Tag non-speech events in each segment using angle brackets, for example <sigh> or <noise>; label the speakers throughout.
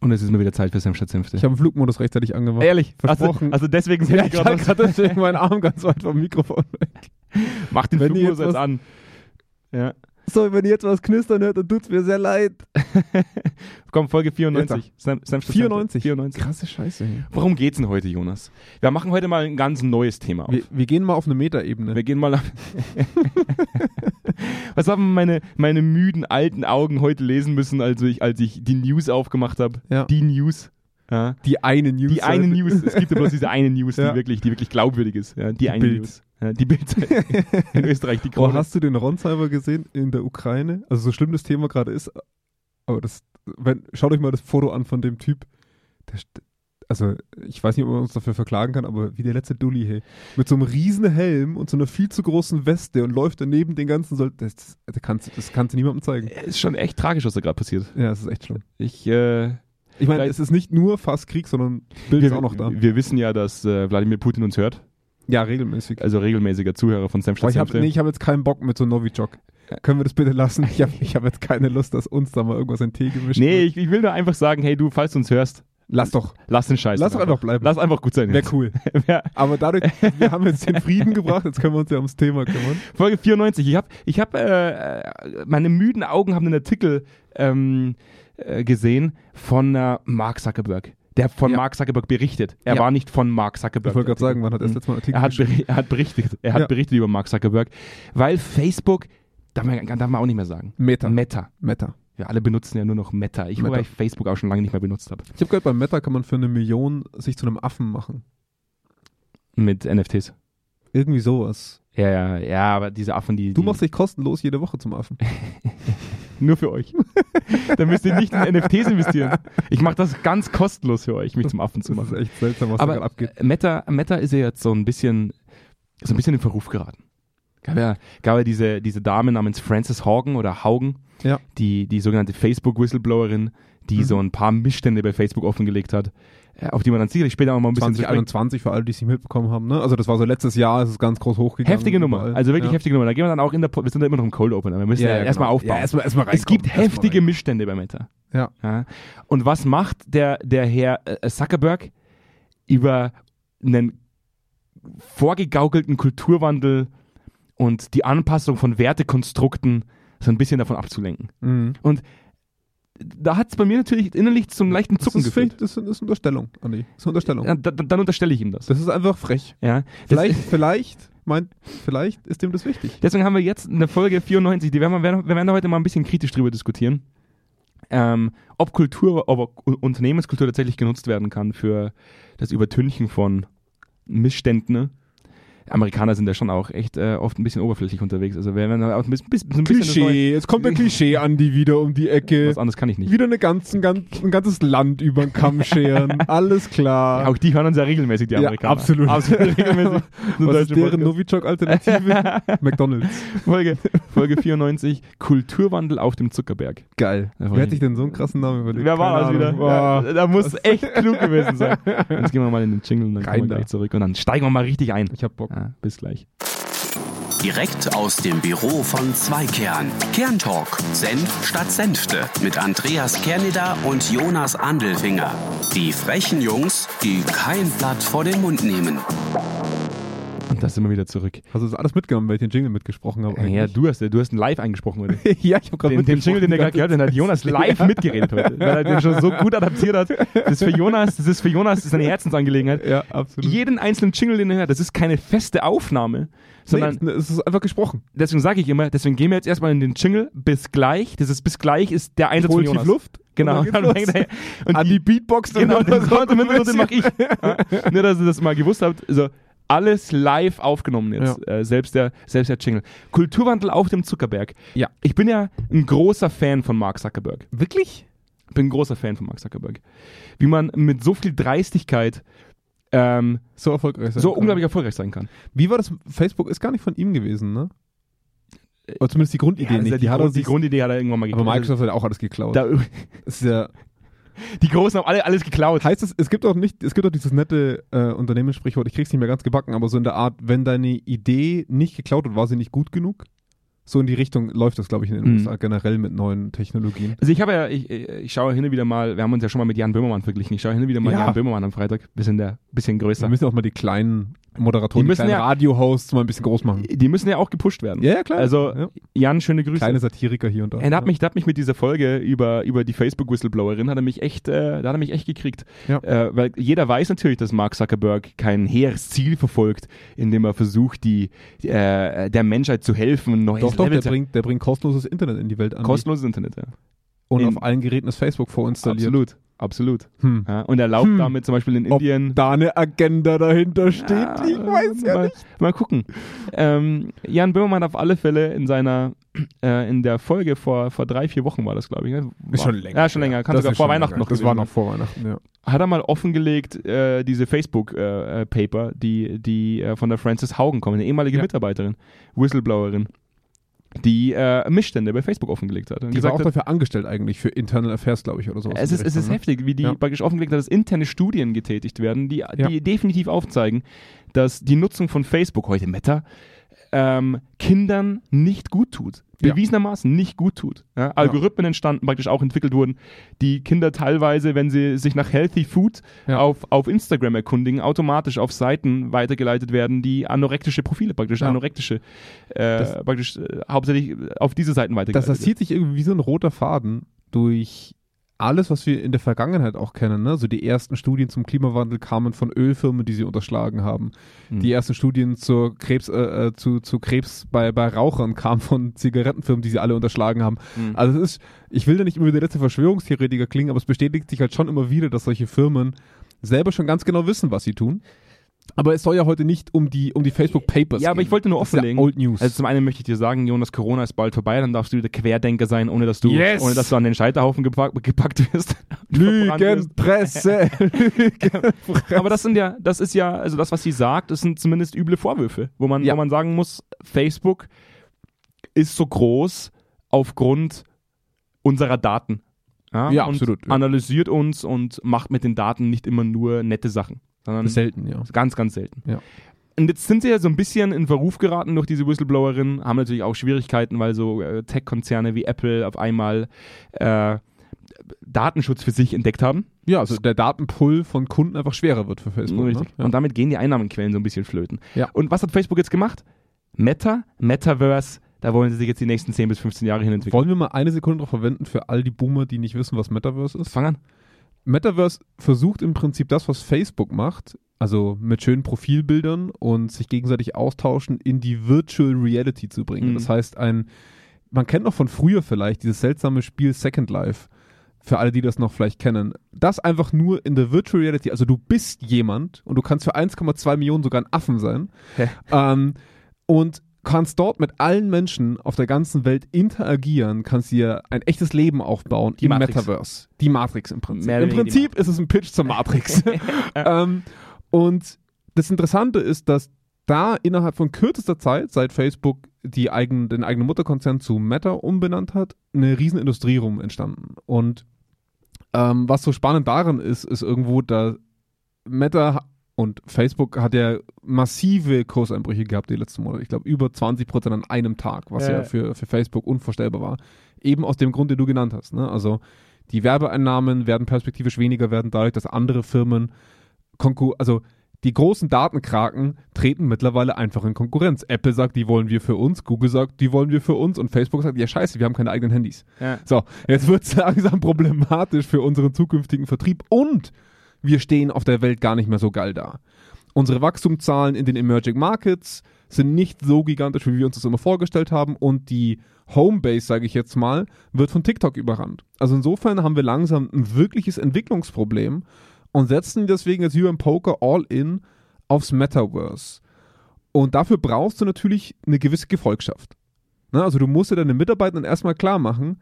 Speaker 1: Und es ist mal wieder Zeit für Senf statt Senfte.
Speaker 2: Ich habe den Flugmodus rechtzeitig angemacht.
Speaker 1: Ehrlich,
Speaker 2: versprochen.
Speaker 1: Also, also deswegen sehe
Speaker 2: <laughs> ja,
Speaker 1: ich
Speaker 2: ich hatte
Speaker 1: gerade was.
Speaker 2: gerade deswegen meinen Arm ganz weit vom Mikrofon weg.
Speaker 1: Mach den
Speaker 2: Wenn ihr
Speaker 1: Flugmodus
Speaker 2: jetzt
Speaker 1: jetzt
Speaker 2: was-
Speaker 1: an. Ja.
Speaker 2: So, wenn ihr jetzt was knistern hört, dann tut's mir sehr leid.
Speaker 1: Komm, Folge 94. Senf, Senf statt Senfte.
Speaker 2: 94.
Speaker 1: 94.
Speaker 2: Krasse Scheiße. ey.
Speaker 1: Worum geht's denn heute, Jonas? Wir machen heute mal ein ganz neues Thema auf.
Speaker 2: Wir, ne. wir gehen mal auf eine Metaebene.
Speaker 1: Wir gehen mal. <laughs> Was haben meine, meine müden alten Augen heute lesen müssen, als ich, als ich die News aufgemacht habe?
Speaker 2: Ja.
Speaker 1: Die News. Ja.
Speaker 2: Die eine News.
Speaker 1: Die eine News. Es gibt ja
Speaker 2: <laughs>
Speaker 1: bloß diese eine News,
Speaker 2: Ja.
Speaker 1: die, wirklich, die wirklich glaubwürdig ist. Ja, die eine
Speaker 2: Bild. <laughs>
Speaker 1: News. Ja, die Bild <laughs> in Österreich, die
Speaker 2: Oh,
Speaker 1: Krone.
Speaker 2: hast du den Ronsheimer gesehen in der Ukraine? Also so schlimm das Thema gerade ist, aber das, wenn, schaut euch mal das Foto an von dem Typ. Der, st- also ich weiß nicht, ob man uns dafür verklagen kann, aber wie der letzte Dulli, hey. Mit so einem riesen Helm und so einer viel zu großen Weste und läuft daneben den ganzen Sol das, das, das, kannst, das kannst du niemandem zeigen.
Speaker 1: ist schon echt tragisch, was da gerade passiert.
Speaker 2: Ja, das ist echt schlimm.
Speaker 1: Ich, äh,
Speaker 2: Ich meine,
Speaker 1: Vielleicht-
Speaker 2: es ist nicht nur fast Krieg, sondern Bild ist auch noch da.
Speaker 1: Wir wissen ja, dass äh, Wladimir Putin uns hört.
Speaker 2: Ja, regelmäßig.
Speaker 1: Also regelmäßiger Zuhörer von Sam
Speaker 2: Boah, ich habe nee, ich hab jetzt keinen Bock mit so Novichok. Können wir das bitte lassen? Ich habe ich hab jetzt keine Lust, dass uns da mal irgendwas in Tee gemischt
Speaker 1: Nee,
Speaker 2: wird.
Speaker 1: ich, ich will nur einfach sagen, hey du, falls du uns hörst,
Speaker 2: Lass doch.
Speaker 1: lass den Scheiß.
Speaker 2: Lass doch einfach bleiben.
Speaker 1: Lass einfach gut sein.
Speaker 2: Wäre cool.
Speaker 1: <laughs> Ja. <laughs>
Speaker 2: Aber dadurch, wir haben jetzt den Frieden gebracht, jetzt können wir uns ja ums Thema kümmern.
Speaker 1: Folge 94. Ich habe, ich hab, äh, äh, meine müden Augen haben einen Artikel ähm, äh, gesehen von äh, Mark Zuckerberg. Der hat von
Speaker 2: Ja.
Speaker 1: Mark Zuckerberg berichtet. Er
Speaker 2: Ja.
Speaker 1: war nicht von Mark Zuckerberg.
Speaker 2: Ich wollte gerade sagen, wann hat er das
Speaker 1: Mhm.
Speaker 2: letzte Mal einen Artikel
Speaker 1: er hat,
Speaker 2: geschrieben?
Speaker 1: beri- er hat berichtet. Er hat
Speaker 2: Ja.
Speaker 1: berichtet über Mark Zuckerberg, weil Facebook, darf man, darf man auch nicht mehr sagen.
Speaker 2: Meta.
Speaker 1: Meta.
Speaker 2: Meta.
Speaker 1: Wir alle benutzen ja nur noch Meta. Ich,
Speaker 2: Meta.
Speaker 1: wobei ich Facebook auch schon lange nicht mehr benutzt habe.
Speaker 2: Ich habe gehört, bei Meta kann man für eine Million sich zu einem Affen machen.
Speaker 1: Mit NFTs.
Speaker 2: Irgendwie sowas.
Speaker 1: Ja, ja, ja, aber diese Affen, die.
Speaker 2: Du
Speaker 1: die
Speaker 2: machst dich kostenlos jede Woche zum Affen.
Speaker 1: nur für <laughs> euch. Dann müsst ihr nicht in NFTs investieren. Ich mache das ganz kostenlos für euch, mich zum Affen zu
Speaker 2: Das
Speaker 1: machen.
Speaker 2: ist echt seltsam, was
Speaker 1: Aber-
Speaker 2: da gerade abgeht.
Speaker 1: Meta, Meta ist ja jetzt so ein bisschen, so ein bisschen in Verruf geraten. Gab ja, gab ja diese, diese Dame namens Frances Haugen oder Haugen,
Speaker 2: Ja.
Speaker 1: die, die sogenannte Facebook-Whistleblowerin, die
Speaker 2: Mhm.
Speaker 1: so ein paar Missstände bei Facebook offengelegt hat, äh, auf die man dann sicherlich später auch mal ein bisschen zu sprechen.
Speaker 2: 2021 für alle, die es nicht mitbekommen haben. Ne? Also das war so letztes Jahr, es ist ganz groß hochgegangen.
Speaker 1: Heftige Nummer,
Speaker 2: überall.
Speaker 1: also wirklich
Speaker 2: ja.
Speaker 1: heftige Nummer. Da gehen wir dann auch in der, Po- wir sind da immer noch im Cold Opener, wir müssen ja, erstmal
Speaker 2: genau.
Speaker 1: aufbauen.
Speaker 2: Ja, erstmal, erstmal
Speaker 1: es gibt
Speaker 2: reinkommen.
Speaker 1: heftige Missstände bei Meta.
Speaker 2: Ja.
Speaker 1: Und was macht der, der Herr äh, Zuckerberg über einen vorgegaukelten Kulturwandel und die Anpassung von Wertekonstrukten so ein bisschen davon abzulenken?
Speaker 2: Erstmal rein. Mhm.
Speaker 1: Da hat es bei mir natürlich innerlich zum leichten
Speaker 2: Das
Speaker 1: Zucken
Speaker 2: ist,
Speaker 1: geführt.
Speaker 2: frech, das ist Unterstellung, Andi. Das ist Unterstellung.
Speaker 1: Ja, da, da- dann unterstelle ich ihm das.
Speaker 2: Das ist einfach frech.
Speaker 1: Ja.
Speaker 2: Vielleicht, vielleicht, meint, vielleicht ist dem das wichtig.
Speaker 1: Deswegen haben wir jetzt eine Folge 94, die werden wir, werden- wir werden da heute mal ein bisschen kritisch drüber diskutieren. Ähm, ob Kultur, ob Unternehmenskultur tatsächlich genutzt werden kann für das Übertünchen von Missständen. ne? Amerikaner sind ja schon auch echt äh, oft ein bisschen oberflächlich unterwegs. Also wir werden da auch ein bisschen, bisschen, so ein bisschen das Neue-
Speaker 2: Klischee, jetzt kommt der Klischee Andi wieder um die Ecke.
Speaker 1: was anderes kann ich nicht.
Speaker 2: Wieder eine ganzen, ganz, ein ganzes Land über den
Speaker 1: <laughs>
Speaker 2: Kamm scheren. Alles klar.
Speaker 1: Auch die hören uns ja regelmäßig, die
Speaker 2: Ja,
Speaker 1: Amerikaner.
Speaker 2: absolut.
Speaker 1: Absolut
Speaker 2: <laughs>
Speaker 1: regelmäßig.
Speaker 2: Was ist deren
Speaker 1: Podcast. <laughs>
Speaker 2: Novichok-Alternative? McDonalds.
Speaker 1: Folge, Folge 94, Kulturwandel auf dem Zuckerberg.
Speaker 2: Geil.
Speaker 1: Da war
Speaker 2: Wer
Speaker 1: ich-
Speaker 2: hätte sich denn so einen krassen Namen überlegt?
Speaker 1: Wer war das
Speaker 2: Keine
Speaker 1: wieder?
Speaker 2: Ahnung. Boah.
Speaker 1: Ja, da muss echt klug gewesen sein. <laughs> Jetzt gehen wir mal in den Jingle und dann
Speaker 2: Rein
Speaker 1: kommen
Speaker 2: da.
Speaker 1: wir gleich zurück und dann steigen wir mal richtig ein.
Speaker 2: Ich hab Bock.
Speaker 1: Ja, bis gleich.
Speaker 3: Direkt aus dem Büro von Zweikern. Kerntalk. Senf statt Senfte. Mit Andreas Kerneder und Jonas Andelfinger. Die frechen Jungs, die kein Blatt vor den Mund nehmen.
Speaker 1: Und da sind wir wieder zurück.
Speaker 2: Hast du das alles mitgenommen, weil ich den Jingle mitgesprochen habe?
Speaker 1: Ja,
Speaker 2: eigentlich?
Speaker 1: du hast, du hast einen live eingesprochen <laughs> heute.
Speaker 2: <laughs> ja, ich hab gerade
Speaker 1: Den, den Jingle, den er gerade gehört hat, den hat <laughs> Jonas live mitgeredet heute, weil er den schon so gut adaptiert hat. Das ist für Jonas, das ist für Jonas, das ist eine Herzensangelegenheit.
Speaker 2: Ja, absolut.
Speaker 1: Jeden einzelnen Jingle, den er hört, das ist keine feste Aufnahme, sondern
Speaker 2: nee, es ist einfach gesprochen.
Speaker 1: deswegen sage ich immer, deswegen gehen wir jetzt erstmal in den Jingle, bis gleich. Dieses bis gleich ist der Einsatz von
Speaker 2: Hol tief
Speaker 1: Jonas.
Speaker 2: Luft.
Speaker 1: Genau.
Speaker 2: Und dann geht's los.
Speaker 1: fängt er- <laughs> und
Speaker 2: An die Beatbox
Speaker 1: Genau,
Speaker 2: dann
Speaker 1: den Sound im Hintergrund, den mache ich. Ja, Nur, dass ihr das mal gewusst habt. Also alles live aufgenommen jetzt. Äh, selbst, der, selbst der Jingle. Kulturwandel auf dem Zuckerberg.
Speaker 2: Ja.
Speaker 1: Ich bin ja ein großer Fan von Mark Zuckerberg.
Speaker 2: Wirklich?
Speaker 1: Bin ein großer Fan von Mark Zuckerberg. Wie man mit so viel Dreistigkeit ähm,
Speaker 2: So erfolgreich. sein
Speaker 1: so
Speaker 2: kann.
Speaker 1: unglaublich erfolgreich sein kann.
Speaker 2: Wie war das? Facebook ist gar nicht von ihm gewesen, ne? Oder zumindest die Grundidee
Speaker 1: das ist
Speaker 2: nicht.
Speaker 1: ja die,
Speaker 2: hat
Speaker 1: Grund,
Speaker 2: er
Speaker 1: die
Speaker 2: sich-
Speaker 1: Grundidee hat er irgendwann mal
Speaker 2: aber
Speaker 1: geklaut.
Speaker 2: Microsoft hat auch alles geklaut.
Speaker 1: da,
Speaker 2: Das ist ja,
Speaker 1: <laughs> die Großen haben alle alles geklaut.
Speaker 2: heißt es, es gibt doch nicht, es gibt doch dieses nette äh, Unternehmenssprichwort, ich krieg's nicht mehr ganz gebacken, aber so in der Art, wenn deine Idee nicht geklaut wird, war sie nicht gut genug. so in die Richtung läuft das, glaube ich, in den
Speaker 1: Mhm.
Speaker 2: USA generell mit neuen Technologien.
Speaker 1: Also ich habe ja, ich, ich schaue hin und wieder mal, wir haben uns ja schon mal mit Jan Böhmermann verglichen, ich schaue hin und wieder mal
Speaker 2: Ja.
Speaker 1: Jan Böhmermann am Freitag, bisschen, der, bisschen
Speaker 2: Wir
Speaker 1: größer.
Speaker 2: müssen auch mal die kleinen
Speaker 1: Die
Speaker 2: Moderatoren, die
Speaker 1: müssen
Speaker 2: kleinen
Speaker 1: ja-
Speaker 2: Radio-Hosts mal ein bisschen groß machen.
Speaker 1: Die müssen ja auch gepusht werden.
Speaker 2: ja, klar.
Speaker 1: Also,
Speaker 2: ja.
Speaker 1: Jan, schöne Grüße.
Speaker 2: kleine Satiriker hier und da.
Speaker 1: Er hat mich, der hat mich mit dieser Folge über, über die Facebook-Whistleblowerin, hat er mich echt, äh, da hat er mich echt gekriegt.
Speaker 2: Ja.
Speaker 1: Äh, weil jeder weiß natürlich, dass Mark Zuckerberg kein hehres Ziel verfolgt, indem er versucht, die, äh, der Menschheit zu helfen, ein neues
Speaker 2: doch, doch,
Speaker 1: Level
Speaker 2: der
Speaker 1: zu
Speaker 2: bringt, der bringt kostenloses Internet in die Welt an.
Speaker 1: Kostenloses Internet, ja.
Speaker 2: und
Speaker 1: in-
Speaker 2: auf allen Geräten ist Facebook vorinstalliert.
Speaker 1: Absolut, absolut.
Speaker 2: Hm.
Speaker 1: Ja, und erlaubt
Speaker 2: Hm.
Speaker 1: damit zum Beispiel in
Speaker 2: Ob
Speaker 1: Indien.
Speaker 2: da eine Agenda dahinter steht,
Speaker 1: Ja,
Speaker 2: ich weiß ja
Speaker 1: mal,
Speaker 2: nicht.
Speaker 1: Mal gucken. Ähm, Jan Böhmermann auf alle Fälle in seiner, äh, in der Folge vor, vor drei, vier Wochen war das, glaube ich. Ne? War, Ja, schon länger. Kann
Speaker 2: Das
Speaker 1: sogar
Speaker 2: ist
Speaker 1: vor
Speaker 2: schon
Speaker 1: Weihnachten
Speaker 2: länger.
Speaker 1: noch
Speaker 2: Das
Speaker 1: gewesen
Speaker 2: war
Speaker 1: sein.
Speaker 2: noch vor Weihnachten, ja.
Speaker 1: hat er mal offengelegt, äh, diese Facebook-Paper, äh, Paper, die, die äh, von der Frances Haugen kommen, eine ehemalige
Speaker 2: Ja.
Speaker 1: Mitarbeiterin, Whistleblowerin, die äh, Missstände bei Facebook offengelegt hat. Und
Speaker 2: Die war auch
Speaker 1: hat,
Speaker 2: dafür angestellt eigentlich, für Internal Affairs, glaube ich, oder sowas.
Speaker 1: es
Speaker 2: in
Speaker 1: ist, es
Speaker 2: die
Speaker 1: ist
Speaker 2: Richtung, ne?
Speaker 1: heftig, wie die
Speaker 2: Ja.
Speaker 1: praktisch offengelegt hat, dass interne Studien getätigt werden, die, die
Speaker 2: Ja.
Speaker 1: definitiv aufzeigen, dass die Nutzung von Facebook, heute Meta, ähm, Kindern nicht gut tut.
Speaker 2: Ja.
Speaker 1: Bewiesenermaßen nicht gut tut. Ja, Algorithmen entstanden, praktisch auch entwickelt wurden, die Kinder teilweise, wenn sie sich nach Healthy Food
Speaker 2: Ja.
Speaker 1: auf, auf Instagram erkundigen, automatisch auf Seiten weitergeleitet werden, die anorektische Profile praktisch,
Speaker 2: Ja.
Speaker 1: anorektische, äh,
Speaker 2: Das-
Speaker 1: praktisch äh, hauptsächlich auf diese Seiten
Speaker 2: das,
Speaker 1: weitergeleitet
Speaker 2: das zieht sich irgendwie wie so ein roter Faden durch alles, was wir in der Vergangenheit auch kennen. Ne? Also die ersten Studien zum Klimawandel kamen von Ölfirmen, die sie unterschlagen haben.
Speaker 1: Mhm.
Speaker 2: Die ersten Studien zur Krebs, äh, äh, zu, zu Krebs bei, bei Rauchern kamen von Zigarettenfirmen, die sie alle unterschlagen haben.
Speaker 1: Mhm.
Speaker 2: Also es ist, ich will da nicht immer wieder der letzte Verschwörungstheoretiker klingen, aber es bestätigt sich halt schon immer wieder, dass solche Firmen selber schon ganz genau wissen, was sie tun. Aber es soll ja heute nicht um die, um die Facebook Papers
Speaker 1: Ja, aber
Speaker 2: gehen.
Speaker 1: ich wollte nur
Speaker 2: Das ist ja
Speaker 1: offenlegen.
Speaker 2: Old News.
Speaker 1: Also zum einen möchte ich dir sagen, Jonas, Corona ist bald vorbei, dann darfst du wieder Querdenker sein, ohne dass du,
Speaker 2: Yes!
Speaker 1: ohne dass du an den Scheiterhaufen gepackt, gepackt wirst. verbrannt
Speaker 2: Lügenpresse. Lügenpresse.
Speaker 1: <laughs> Aber das sind ja, das ist ja, also das, was sie sagt, das sind zumindest üble Vorwürfe, wo man,
Speaker 2: Ja.
Speaker 1: wo man sagen muss, Facebook ist so groß aufgrund unserer Daten.
Speaker 2: Ja,
Speaker 1: und
Speaker 2: absolut, ja.
Speaker 1: Analysiert uns und macht mit den Daten nicht immer nur nette Sachen, sondern
Speaker 2: selten, ja.
Speaker 1: Ganz, ganz selten.
Speaker 2: Ja.
Speaker 1: Und jetzt sind sie ja so ein bisschen in Verruf geraten durch diese Whistleblowerin, haben natürlich auch Schwierigkeiten, weil so äh, Tech-Konzerne wie Apple auf einmal äh, Datenschutz für sich entdeckt haben.
Speaker 2: Ja, also der Datenpull von Kunden einfach schwerer wird für Facebook.
Speaker 1: Richtig.
Speaker 2: Ne?
Speaker 1: Und damit gehen die Einnahmenquellen so ein bisschen flöten.
Speaker 2: Ja.
Speaker 1: Und was hat Facebook jetzt gemacht? Meta, Metaverse, da wollen sie sich jetzt die nächsten 10 bis 15 Jahre hin
Speaker 2: Ja.
Speaker 1: entwickeln.
Speaker 2: Wollen wir mal eine Sekunde drauf verwenden für all die Boomer, die nicht wissen, was Metaverse ist?
Speaker 1: Fang an.
Speaker 2: Metaverse versucht im Prinzip das, was Facebook macht, also mit schönen Profilbildern und sich gegenseitig austauschen, in die Virtual Reality zu bringen.
Speaker 1: Mhm.
Speaker 2: Das heißt, ein, man kennt noch von früher vielleicht dieses seltsame Spiel Second Life, für alle, die das noch vielleicht kennen. Das einfach nur in der Virtual Reality, also du bist jemand und du kannst für 1,2 Millionen sogar ein Affen sein.
Speaker 1: Hä?
Speaker 2: ähm, und kannst dort mit allen Menschen auf der ganzen Welt interagieren, kannst dir ein echtes Leben aufbauen
Speaker 1: Die
Speaker 2: im
Speaker 1: Matrix.
Speaker 2: Metaverse. Die Matrix im Prinzip.
Speaker 1: Mehr oder
Speaker 2: Im
Speaker 1: weniger die
Speaker 2: Prinzip ist es ein Pitch
Speaker 1: <laughs>
Speaker 2: zur Matrix. ähm, und das Interessante ist, dass da innerhalb von kürzester Zeit, seit Facebook die eigenen, den eigenen Mutterkonzern zu Meta umbenannt hat, eine Riesenindustrie rum entstanden. Und ähm, was so spannend daran ist, ist irgendwo, da Meta ha- und Facebook hat ja massive Kurseinbrüche gehabt die letzten Monate. Ich glaube, über 20 Prozent an einem Tag, was
Speaker 1: Ja,
Speaker 2: ja,
Speaker 1: ja.
Speaker 2: für, für Facebook unvorstellbar war. Eben aus dem Grund, den du genannt hast. Ne? Also die Werbeeinnahmen werden perspektivisch weniger werden, dadurch, dass andere Firmen Konkur also die großen Datenkraken treten mittlerweile einfach in Konkurrenz. Apple sagt, die wollen wir für uns, Google sagt, die wollen wir für uns und Facebook sagt, ja scheiße, wir haben keine eigenen Handys.
Speaker 1: Ja.
Speaker 2: So, jetzt wird es <laughs> langsam problematisch für unseren zukünftigen Vertrieb und wir stehen auf der Welt gar nicht mehr so geil da. Unsere Wachstumszahlen in den Emerging Markets sind nicht so gigantisch, wie wir uns das immer vorgestellt haben und die Homebase, sage ich jetzt mal, wird von TikTok überrannt. Also insofern haben wir langsam ein wirkliches Entwicklungsproblem und setzen deswegen jetzt hier im Poker all in aufs Metaverse. Und dafür brauchst du natürlich eine gewisse Gefolgschaft. Ne? Also du musst dir deine Mitarbeitenden erstmal klar machen,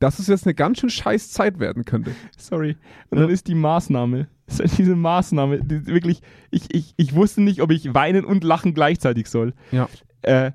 Speaker 2: dass es jetzt eine ganz schön scheiß Zeit werden könnte.
Speaker 1: Sorry. Und dann ist die Maßnahme, <laughs> ist halt diese Maßnahme, die wirklich, ich, ich, ich wusste nicht, ob ich weinen und lachen gleichzeitig soll.
Speaker 2: Ja.
Speaker 1: Äh,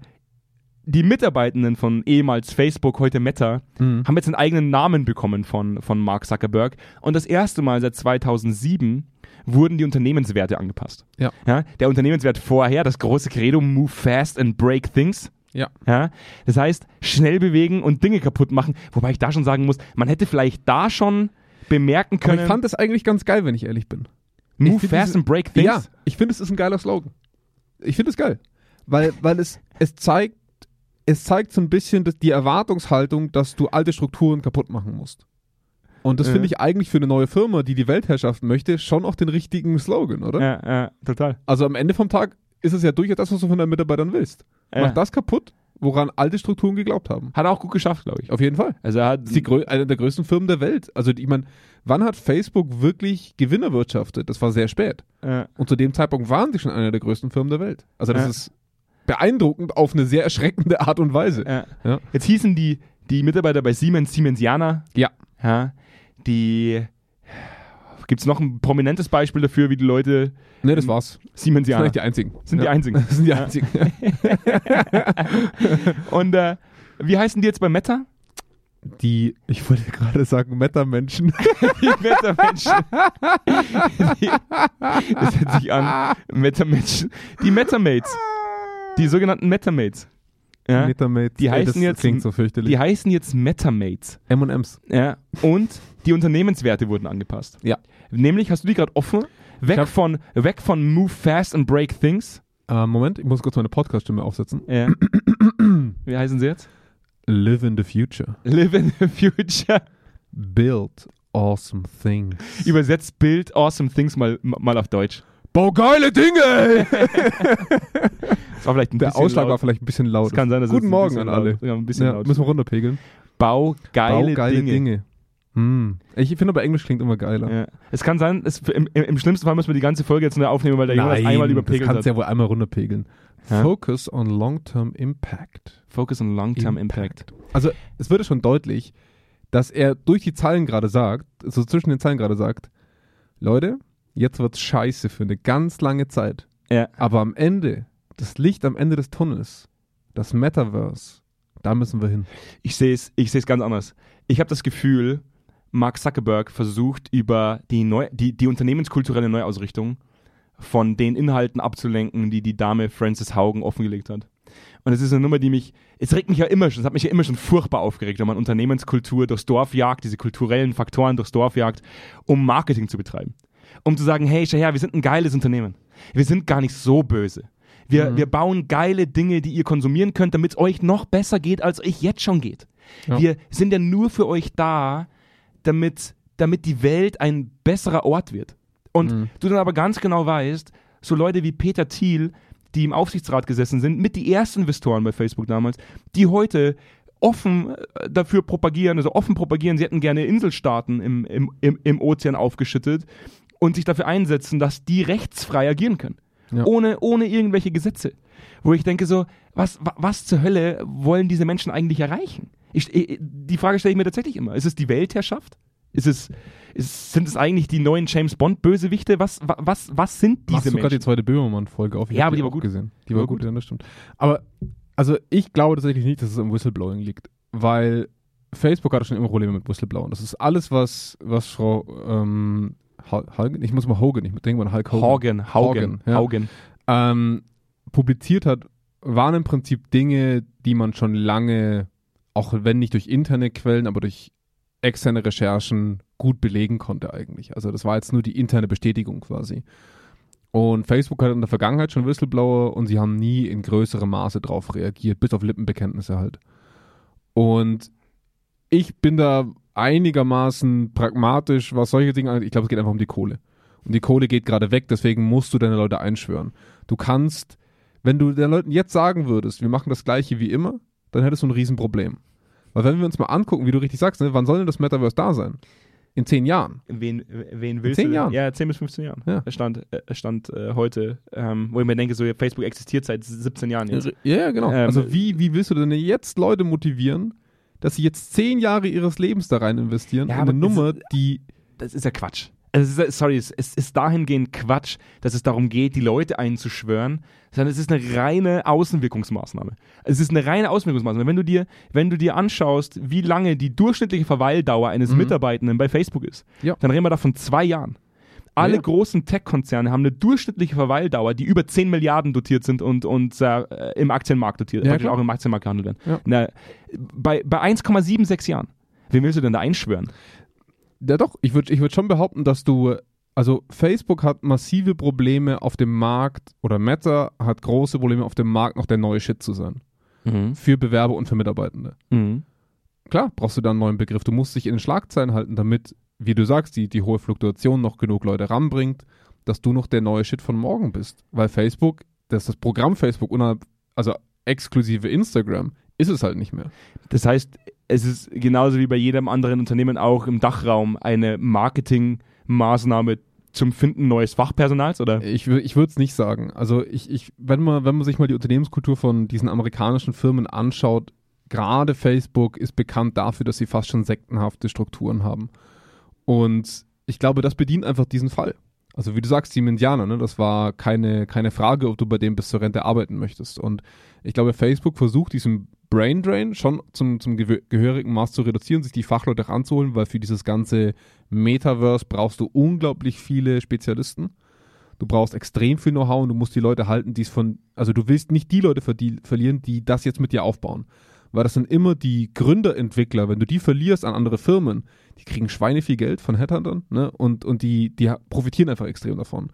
Speaker 1: die Mitarbeitenden von ehemals Facebook, heute Meta,
Speaker 2: Mhm.
Speaker 1: haben jetzt einen eigenen Namen bekommen von, von Mark Zuckerberg. Und das erste Mal seit 2007 wurden die Unternehmenswerte angepasst.
Speaker 2: Ja.
Speaker 1: der Unternehmenswert vorher, das große Credo, Move Fast and Break Things.
Speaker 2: Ja.
Speaker 1: Ja? Das heißt, schnell bewegen und Dinge kaputt machen. Wobei ich da schon sagen muss, man hätte vielleicht da schon bemerken
Speaker 2: Aber
Speaker 1: können,
Speaker 2: ich fand das eigentlich ganz geil, wenn ich ehrlich bin. ich
Speaker 1: move
Speaker 2: find
Speaker 1: fast
Speaker 2: diese-
Speaker 1: and break things.
Speaker 2: Ja, ich finde, es ist ein geiler Slogan. Ich finde es geil. Weil, weil es, es zeigt, es zeigt so ein bisschen das- die Erwartungshaltung, dass du alte Strukturen kaputt machen musst. Und das
Speaker 1: Ja.
Speaker 2: finde ich eigentlich für eine neue Firma, die die Weltherrschaft möchte, schon auch den richtigen Slogan, oder?
Speaker 1: Ja, ja, total.
Speaker 2: Also am Ende vom Tag ist es ja durchaus das, was du von deinen Mitarbeitern willst.
Speaker 1: Ja.
Speaker 2: Mach das kaputt, woran alte Strukturen geglaubt haben.
Speaker 1: Hat er auch gut geschafft, glaube ich.
Speaker 2: Auf jeden Fall.
Speaker 1: Also er hat
Speaker 2: Das ist die grö eine der größten Firmen der Welt. Also ich meine, wann hat Facebook wirklich Gewinne erwirtschaftet? Das war sehr spät.
Speaker 1: äh,
Speaker 2: Und zu dem Zeitpunkt waren sie schon eine der größten Firmen der Welt. Also das
Speaker 1: Ja.
Speaker 2: ist beeindruckend auf eine sehr erschreckende Art und Weise.
Speaker 1: äh.
Speaker 2: Ja.
Speaker 1: Jetzt hießen die, die Mitarbeiter bei Siemens Siemensianer.
Speaker 2: Ja.
Speaker 1: Ja, die gibt es noch ein prominentes Beispiel dafür, wie die Leute
Speaker 2: Ne, das war's. Das sind
Speaker 1: Siemensianer
Speaker 2: nicht die einzigen.
Speaker 1: sind die
Speaker 2: ja.
Speaker 1: einzigen.
Speaker 2: Das sind die einzigen.
Speaker 1: Und äh, wie heißen die jetzt bei Meta?
Speaker 2: Die, ich wollte gerade sagen, Meta-Menschen.
Speaker 1: <laughs> Die Meta-Menschen. Die- Das hört sich an. Meta-Menschen. Die Metamates. Die sogenannten Metamates.
Speaker 2: <laughs>
Speaker 1: Ja?
Speaker 2: Metamates.
Speaker 1: Die
Speaker 2: Ey,
Speaker 1: heißen
Speaker 2: das
Speaker 1: jetzt-
Speaker 2: klingt so
Speaker 1: Die
Speaker 2: fürchterlich.
Speaker 1: heißen jetzt Metamates.
Speaker 2: M&M's.
Speaker 1: Ja? Und die Unternehmenswerte wurden angepasst.
Speaker 2: Ja.
Speaker 1: Nämlich, hast du die gerade offen?
Speaker 2: Ich
Speaker 1: Weg
Speaker 2: hab-
Speaker 1: von, weg von Move Fast and Break Things.
Speaker 2: Äh, Moment, ich muss kurz meine Podcast-Stimme aufsetzen. <clears throat>
Speaker 1: Ja. Wie heißen sie jetzt?
Speaker 2: Live in the future.
Speaker 1: Live in the
Speaker 2: <laughs>
Speaker 1: Future.
Speaker 2: Build awesome things.
Speaker 1: Übersetzt Build Awesome Things mal, mal auf Deutsch.
Speaker 2: Bau geile Dinge, ey!
Speaker 1: Das war vielleicht ein
Speaker 2: Der
Speaker 1: bisschen
Speaker 2: Ausschlag
Speaker 1: laut.
Speaker 2: war vielleicht ein bisschen laut.
Speaker 1: Es kann sein, dass es
Speaker 2: Guten
Speaker 1: ein
Speaker 2: Morgen
Speaker 1: bisschen
Speaker 2: an alle.
Speaker 1: laut- Ja, ein bisschen
Speaker 2: Ja,
Speaker 1: laut.
Speaker 2: müssen wir runterpegeln.
Speaker 1: Bau geile,
Speaker 2: Bau geile
Speaker 1: Dinge.
Speaker 2: Dinge. Hm. Ich finde aber Englisch klingt immer geiler.
Speaker 1: Ja. Es kann sein, es, im, im, im schlimmsten Fall müssen wir die ganze Folge jetzt neu aufnehmen, weil der Jonas einmal
Speaker 2: das
Speaker 1: überpegelt
Speaker 2: kannst
Speaker 1: hat.
Speaker 2: du ja wohl einmal runterpegeln.
Speaker 1: Ja.
Speaker 2: Focus on long-term impact.
Speaker 1: Focus on Long-Term Impact.
Speaker 2: Also es wird ja schon deutlich, dass er durch die Zeilen gerade sagt, also zwischen den Zeilen gerade sagt, Leute, jetzt wird's scheiße für eine ganz lange Zeit.
Speaker 1: Ja.
Speaker 2: Aber am Ende, das Licht am Ende des Tunnels, das Metaverse, da müssen wir hin.
Speaker 1: Ich sehe es ich seh's ganz anders. Ich habe das Gefühl, Mark Zuckerberg versucht über die, neu, die, die unternehmenskulturelle Neuausrichtung von den Inhalten abzulenken, die die Dame Frances Haugen offengelegt hat. Und es ist eine Nummer, die mich, es regt mich ja immer schon, es hat mich ja immer schon furchtbar aufgeregt, wenn man Unternehmenskultur durchs Dorf jagt, diese kulturellen Faktoren durchs Dorf jagt, um Marketing zu betreiben. Um zu sagen, hey, schau her, wir sind ein geiles Unternehmen. Wir sind gar nicht so böse. Wir, wir bauen geile Dinge, die ihr konsumieren könnt, damit es euch noch besser geht, als euch jetzt schon geht.
Speaker 2: Ja.
Speaker 1: Wir sind ja nur für euch da, damit, damit die Welt ein besserer Ort wird. Und
Speaker 2: Mhm.
Speaker 1: du dann aber ganz genau weißt, so Leute wie Peter Thiel, die im Aufsichtsrat gesessen sind, mit die ersten Investoren bei Facebook damals, die heute offen äh, dafür propagieren, also offen propagieren, sie hätten gerne Inselstaaten im, im, im, im Ozean aufgeschüttet und sich dafür einsetzen, dass die rechtsfrei agieren können.
Speaker 2: Ja.
Speaker 1: Ohne, ohne irgendwelche Gesetze. Wo ich denke so, was, wa- was zur Hölle wollen diese Menschen eigentlich erreichen? Ich, ich, die Frage stelle ich mir tatsächlich immer. Ist es die Weltherrschaft? Ist es, ist, sind es eigentlich die neuen James Bond-Bösewichte? Was, wa- was, was sind
Speaker 2: Machst
Speaker 1: diese
Speaker 2: du gerade
Speaker 1: Menschen?
Speaker 2: die zweite Böhmermann-Folge auf? Ich
Speaker 1: Ja,
Speaker 2: hab
Speaker 1: aber die war
Speaker 2: auch
Speaker 1: gut.
Speaker 2: Gesehen. Die war, gut, ja, das stimmt. Aber, also ich glaube tatsächlich nicht, dass es am Whistleblowing liegt, weil Facebook hatte schon immer Probleme mit Whistleblowing. Das ist alles, was, was Frau ähm, Hal- Hagen, ich muss mal Hogan, ich denke mal an Hulk
Speaker 1: Haugen,
Speaker 2: Hogan,
Speaker 1: Haugen,
Speaker 2: Haugen, ja.
Speaker 1: Haugen.
Speaker 2: Ähm, publiziert hat, waren im Prinzip Dinge, die man schon lange, auch wenn nicht durch interne Quellen, aber durch externe Recherchen gut belegen konnte eigentlich. Also das war jetzt nur die interne Bestätigung quasi. Und Facebook hatte in der Vergangenheit schon Whistleblower und sie haben nie in größerem Maße drauf reagiert, bis auf Lippenbekenntnisse halt. Und ich bin da einigermaßen pragmatisch, was solche Dinge angeht. Ich glaube, es geht einfach um die Kohle. Und die Kohle geht gerade weg, deswegen musst du deine Leute einschwören. Du kannst, wenn du den Leuten jetzt sagen würdest, wir machen das gleiche wie immer, dann hättest du ein Riesenproblem. Weil wenn wir uns mal angucken, wie du richtig sagst, ne, wann soll denn das Metaverse da sein? In zehn Jahren.
Speaker 1: Wen, wen willst
Speaker 2: zehn
Speaker 1: du? denn?
Speaker 2: Jahren.
Speaker 1: Ja, 10 bis 15 Jahren.
Speaker 2: Ja.
Speaker 1: Er Stand, äh, er stand äh, heute, ähm, wo ich mir denke, so ja, Facebook existiert seit 17 Jahren jetzt.
Speaker 2: Ja, ja, genau.
Speaker 1: Ähm,
Speaker 2: also wie, wie willst du denn jetzt Leute motivieren, dass sie jetzt zehn Jahre ihres Lebens da rein investieren?
Speaker 1: Ja,
Speaker 2: in eine
Speaker 1: aber das-
Speaker 2: Nummer, die
Speaker 1: Das ist ja Quatsch. Also es ist, ja- sorry, es es ist dahingehend Quatsch, dass es darum geht, die Leute einzuschwören, sondern es ist eine reine Außenwirkungsmaßnahme. Es ist eine reine Außenwirkungsmaßnahme. Wenn du dir, wenn du dir anschaust, wie lange die durchschnittliche Verweildauer eines Mitarbeitenden bei Facebook ist,
Speaker 2: Mhm. Ja.
Speaker 1: dann reden wir da von zwei Jahren. Alle
Speaker 2: Ja.
Speaker 1: großen Tech-Konzerne haben eine durchschnittliche Verweildauer, die über 10 Milliarden dotiert sind und, und äh, im Aktienmarkt dotiert,
Speaker 2: Ja,
Speaker 1: praktisch
Speaker 2: klar.
Speaker 1: auch im Aktienmarkt gehandelt werden.
Speaker 2: Ja.
Speaker 1: Na, bei bei 1,76 Jahren. Wen willst du denn da einschwören?
Speaker 2: Ja, doch, ich würde ich würd schon behaupten, dass du. Also, Facebook hat massive Probleme auf dem Markt oder Meta hat große Probleme auf dem Markt, noch der neue Shit zu sein. Für Bewerber und für Mitarbeitende.
Speaker 1: Mhm.
Speaker 2: Klar, brauchst du da einen neuen Begriff. Du musst dich in den Schlagzeilen halten, damit, wie du sagst, die, die hohe Fluktuation noch genug Leute ranbringt, dass du noch der neue Shit von morgen bist. Weil Facebook, das ist das Programm Facebook, innerhalb- also exklusive Instagram, ist es halt nicht mehr.
Speaker 1: Das heißt, es ist genauso wie bei jedem anderen Unternehmen auch im Dachraum eine Marketingmaßnahme zum Finden neues Fachpersonals, oder?
Speaker 2: Ich, wür- ich würde es nicht sagen. Also ich, ich, wenn, man, wenn man sich mal die Unternehmenskultur von diesen amerikanischen Firmen anschaut, gerade Facebook ist bekannt dafür, dass sie fast schon sektenhafte Strukturen haben. Und ich glaube, das bedient einfach diesen Fall. Also wie du sagst, die Indianer, ne, das war keine, keine Frage, ob du bei dem bis zur Rente arbeiten möchtest. Und ich glaube, Facebook versucht diesen Brain Drain schon zum, zum gewö- gehörigen Maß zu reduzieren, sich die Fachleute ranzuholen, weil für dieses ganze Metaverse brauchst du unglaublich viele Spezialisten. Du brauchst extrem viel Know-how und du musst die Leute halten, die es von, also du willst nicht die Leute verdie- verlieren, die das jetzt mit dir aufbauen. Weil das sind immer die Gründerentwickler, wenn du die verlierst an andere Firmen, die kriegen Schweine viel Geld von Headhuntern ne? und, und die, die ha- profitieren einfach extrem davon.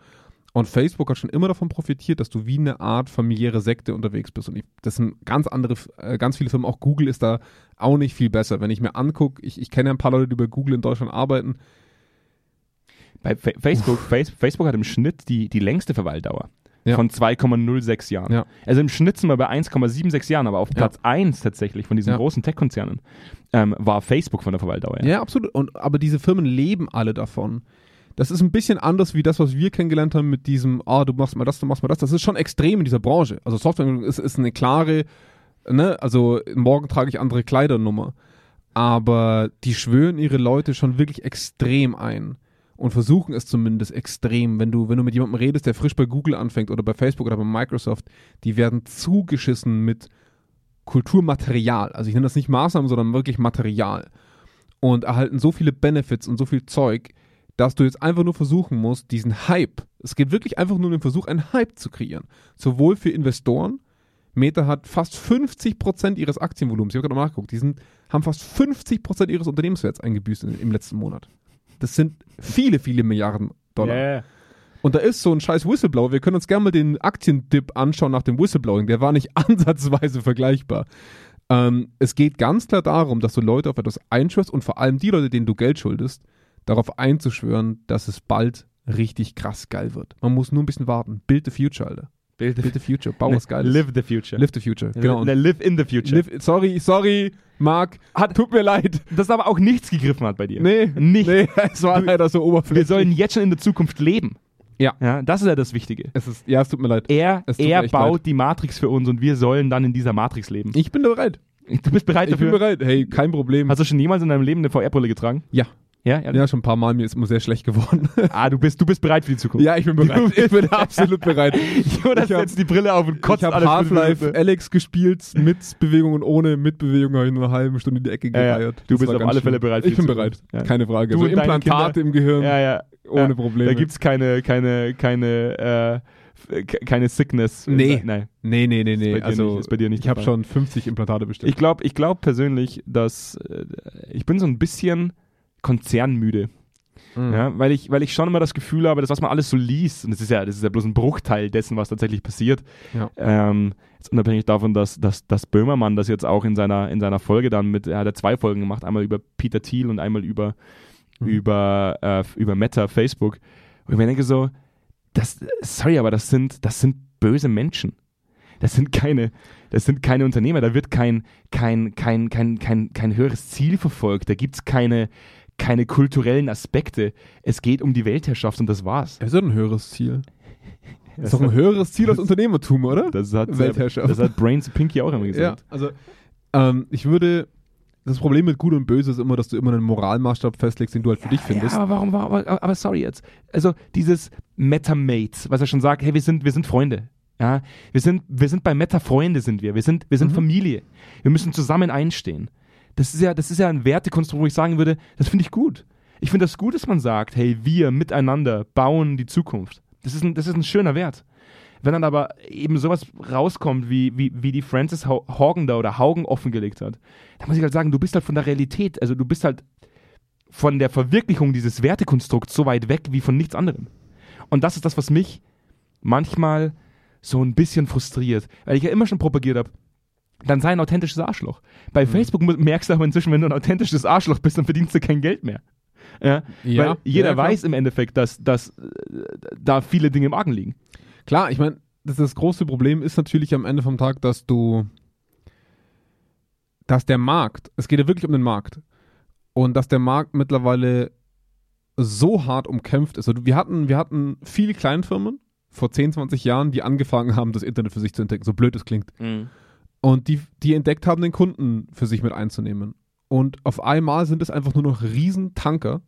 Speaker 2: Und Facebook hat schon immer davon profitiert, dass du wie eine Art familiäre Sekte unterwegs bist. Und ich, das sind ganz andere, F- äh, ganz viele Firmen, auch Google ist da auch nicht viel besser. Wenn ich mir angucke, ich, ich kenne ja ein paar Leute, die bei Google in Deutschland arbeiten,
Speaker 1: Bei Fa Facebook, Face Facebook hat im Schnitt die, die längste Verweildauer
Speaker 2: Ja.
Speaker 1: von 2,06 Jahren.
Speaker 2: Ja.
Speaker 1: Also im Schnitt sind wir bei 1,76 Jahren, aber auf Platz 1 tatsächlich von diesen
Speaker 2: Ja.
Speaker 1: großen Tech-Konzernen ähm, war Facebook von der Verweildauer.
Speaker 2: Ja, absolut. Und, aber diese Firmen leben alle davon. Das ist ein bisschen anders wie das, was wir kennengelernt haben mit diesem, ah, du machst mal das, du machst mal das. Das ist schon extrem in dieser Branche. Also Softwareentwicklung ist, ist eine klare, ne, also morgen trage ich andere Kleidernummer. Aber die schwören ihre Leute schon wirklich extrem ein und versuchen es zumindest extrem. Wenn du, wenn du mit jemandem redest, der frisch bei Google anfängt oder bei Facebook oder bei Microsoft, die werden zugeschissen mit Kulturmaterial. Also ich nenne das nicht Maßnahmen, sondern wirklich Material und erhalten so viele Benefits und so viel Zeug, dass du jetzt einfach nur versuchen musst, diesen Hype, es geht wirklich einfach nur um den Versuch, einen Hype zu kreieren. Sowohl für Investoren, Meta hat fast 50% ihres Aktienvolumens, ich habe gerade mal nachgeguckt, die sind, haben fast 50% ihres Unternehmenswerts eingebüßt in, im letzten Monat. Das sind viele, viele Milliarden Dollar.
Speaker 1: Yeah.
Speaker 2: Und da ist so ein scheiß Whistleblower. Wir können uns gerne mal den Aktiendip anschauen nach dem Whistleblowing. Der war nicht <laughs> ansatzweise vergleichbar. Ähm, es geht ganz klar darum, dass du Leute auf etwas einschwörst und vor allem die Leute, denen du Geld schuldest, darauf einzuschwören, dass es bald richtig krass geil wird. Man muss nur ein bisschen warten. Build the future, Alter.
Speaker 1: Build the
Speaker 2: Build the future.
Speaker 1: <laughs>
Speaker 2: Bau was Geiles.
Speaker 1: Live the future.
Speaker 2: Live the future. Genau.
Speaker 1: Ne, live in the future.
Speaker 2: Live, sorry, sorry, Marc.
Speaker 1: Hat-
Speaker 2: tut mir leid.
Speaker 1: das aber auch nichts gegriffen hat bei dir.
Speaker 2: Nee,
Speaker 1: Nichts.
Speaker 2: nee, <laughs> es war leider so
Speaker 1: Wir
Speaker 2: oberflächlich.
Speaker 1: sollen jetzt schon in der Zukunft leben.
Speaker 2: Ja.
Speaker 1: ja das ist ja das Wichtige.
Speaker 2: Es ist, ja, es tut mir leid.
Speaker 1: Er,
Speaker 2: Es tut mir
Speaker 1: er
Speaker 2: echt
Speaker 1: baut die Matrix für uns und wir sollen dann in dieser Matrix leben.
Speaker 2: Ich bin bereit.
Speaker 1: Du bist bereit
Speaker 2: Ich bin
Speaker 1: dafür?
Speaker 2: bereit. Hey, kein Problem.
Speaker 1: Hast du schon jemals in deinem Leben eine VR-Brille getragen?
Speaker 2: Ja.
Speaker 1: Ja, ja.
Speaker 2: Ja, schon ein paar Mal, mir ist immer sehr
Speaker 1: <laughs>
Speaker 2: schlecht geworden.
Speaker 1: Ah, du bist, du bist bereit für die Zukunft. <laughs>
Speaker 2: ja, ich bin bereit. Ich bin absolut bereit. Ich
Speaker 1: Jonas
Speaker 2: hab-
Speaker 1: setzt die Brille auf und kotzt
Speaker 2: ich habe
Speaker 1: alles
Speaker 2: Half-Life Alex gespielt, mit Bewegung und ohne. Mit Bewegung habe ich nur eine halbe Stunde in die Ecke
Speaker 1: Ja, ja.
Speaker 2: gereiert.
Speaker 1: Du
Speaker 2: Das
Speaker 1: bist
Speaker 2: war
Speaker 1: auf
Speaker 2: ganz
Speaker 1: alle Fälle
Speaker 2: schlimm.
Speaker 1: bereit für
Speaker 2: Ich bin
Speaker 1: die
Speaker 2: bereit,
Speaker 1: Zukunft. Ja.
Speaker 2: keine Frage.
Speaker 1: Du
Speaker 2: also
Speaker 1: und deine
Speaker 2: Implantate
Speaker 1: Kinder.
Speaker 2: im Gehirn,
Speaker 1: Ja, ja.
Speaker 2: ähm, ohne
Speaker 1: ja.
Speaker 2: Probleme.
Speaker 1: Da gibt's keine, keine, keine, äh, k- keine Sickness.
Speaker 2: Nee.
Speaker 1: Nein.
Speaker 2: nee, nee, nee, nee.
Speaker 1: bei dir
Speaker 2: also,
Speaker 1: nicht- ist bei dir nicht
Speaker 2: ich habe
Speaker 1: dabei.
Speaker 2: schon 50 Implantate bestellt.
Speaker 1: Ich glaube ich glaub persönlich, dass äh, ich bin so ein bisschen konzernmüde.
Speaker 2: Mhm.
Speaker 1: Ja, weil ich, weil ich schon immer das Gefühl habe, dass was man alles so liest, und das ist ja, das ist ja bloß ein Bruchteil dessen, was tatsächlich passiert.
Speaker 2: Ja.
Speaker 1: Ähm, jetzt unabhängig davon, dass, dass, dass Böhmermann das jetzt auch in seiner, in seiner Folge dann mit, er hat ja zwei Folgen gemacht, einmal über Peter Thiel und einmal über,
Speaker 2: Mhm.
Speaker 1: über, äh, über Meta, Facebook. Und ich mir denke so, das, sorry, aber das sind, das sind böse Menschen. Das sind keine, das sind keine Unternehmer, da wird kein, kein, kein, kein, kein, kein höheres Ziel verfolgt, da gibt es keine, keine kulturellen Aspekte. Es geht um die Weltherrschaft und das war's.
Speaker 2: Das ist doch ein höheres Ziel. Das ist doch ein
Speaker 1: hat-
Speaker 2: höheres
Speaker 1: <laughs>
Speaker 2: Ziel als Unternehmertum, oder?
Speaker 1: das hat,
Speaker 2: Weltherrschaft.
Speaker 1: das hat Brains Pinky auch immer gesagt.
Speaker 2: Ja, also ähm, ich würde. Das Problem mit Gut und Böse ist immer, dass du immer einen Moralmaßstab festlegst, den du halt für dich findest.
Speaker 1: aber warum, warum aber, aber sorry jetzt. Also dieses Metamates, was er schon sagt, hey, wir sind, wir sind Freunde. Ja, wir sind, wir sind bei Meta Freunde sind wir. Wir sind, wir sind
Speaker 2: Mhm.
Speaker 1: Familie. Wir müssen zusammen einstehen. Das ist ja, das ist ja ein Wertekonstrukt, wo ich sagen würde, das finde ich gut. Ich finde das gut, dass man sagt, hey, wir miteinander bauen die Zukunft. Das ist ein, das ist ein schöner Wert. Wenn dann aber eben sowas rauskommt, wie, wie, wie die Frances Hau- Haugen da oder Haugen offengelegt hat, dann muss ich halt sagen, du bist halt von der Realität, also du bist halt von der Verwirklichung dieses Wertekonstrukts so weit weg wie von nichts anderem. Und das ist das, was mich manchmal so ein bisschen frustriert, weil ich ja immer schon propagiert habe, dann sei ein authentisches Arschloch. Bei
Speaker 2: Mhm.
Speaker 1: Facebook mu- merkst du aber inzwischen, wenn du ein authentisches Arschloch bist, dann verdienst du kein Geld mehr. Ja,
Speaker 4: Ja,
Speaker 1: weil jeder
Speaker 4: ja, klar.
Speaker 1: weiß im Endeffekt, dass, dass äh, da viele Dinge im Argen liegen.
Speaker 2: Klar, ich meine, das, das große Problem ist natürlich am Ende vom Tag, dass du, dass der Markt, es geht ja wirklich um den Markt, und dass der Markt mittlerweile so hart umkämpft ist. Also wir hatten, wir hatten viele Kleinfirmen vor 10, 20 Jahren, die angefangen haben, das Internet für sich zu entdecken, so blöd es klingt. Und die, die entdeckt haben, den Kunden für sich mit einzunehmen. Und auf einmal sind es einfach nur noch Riesentanker,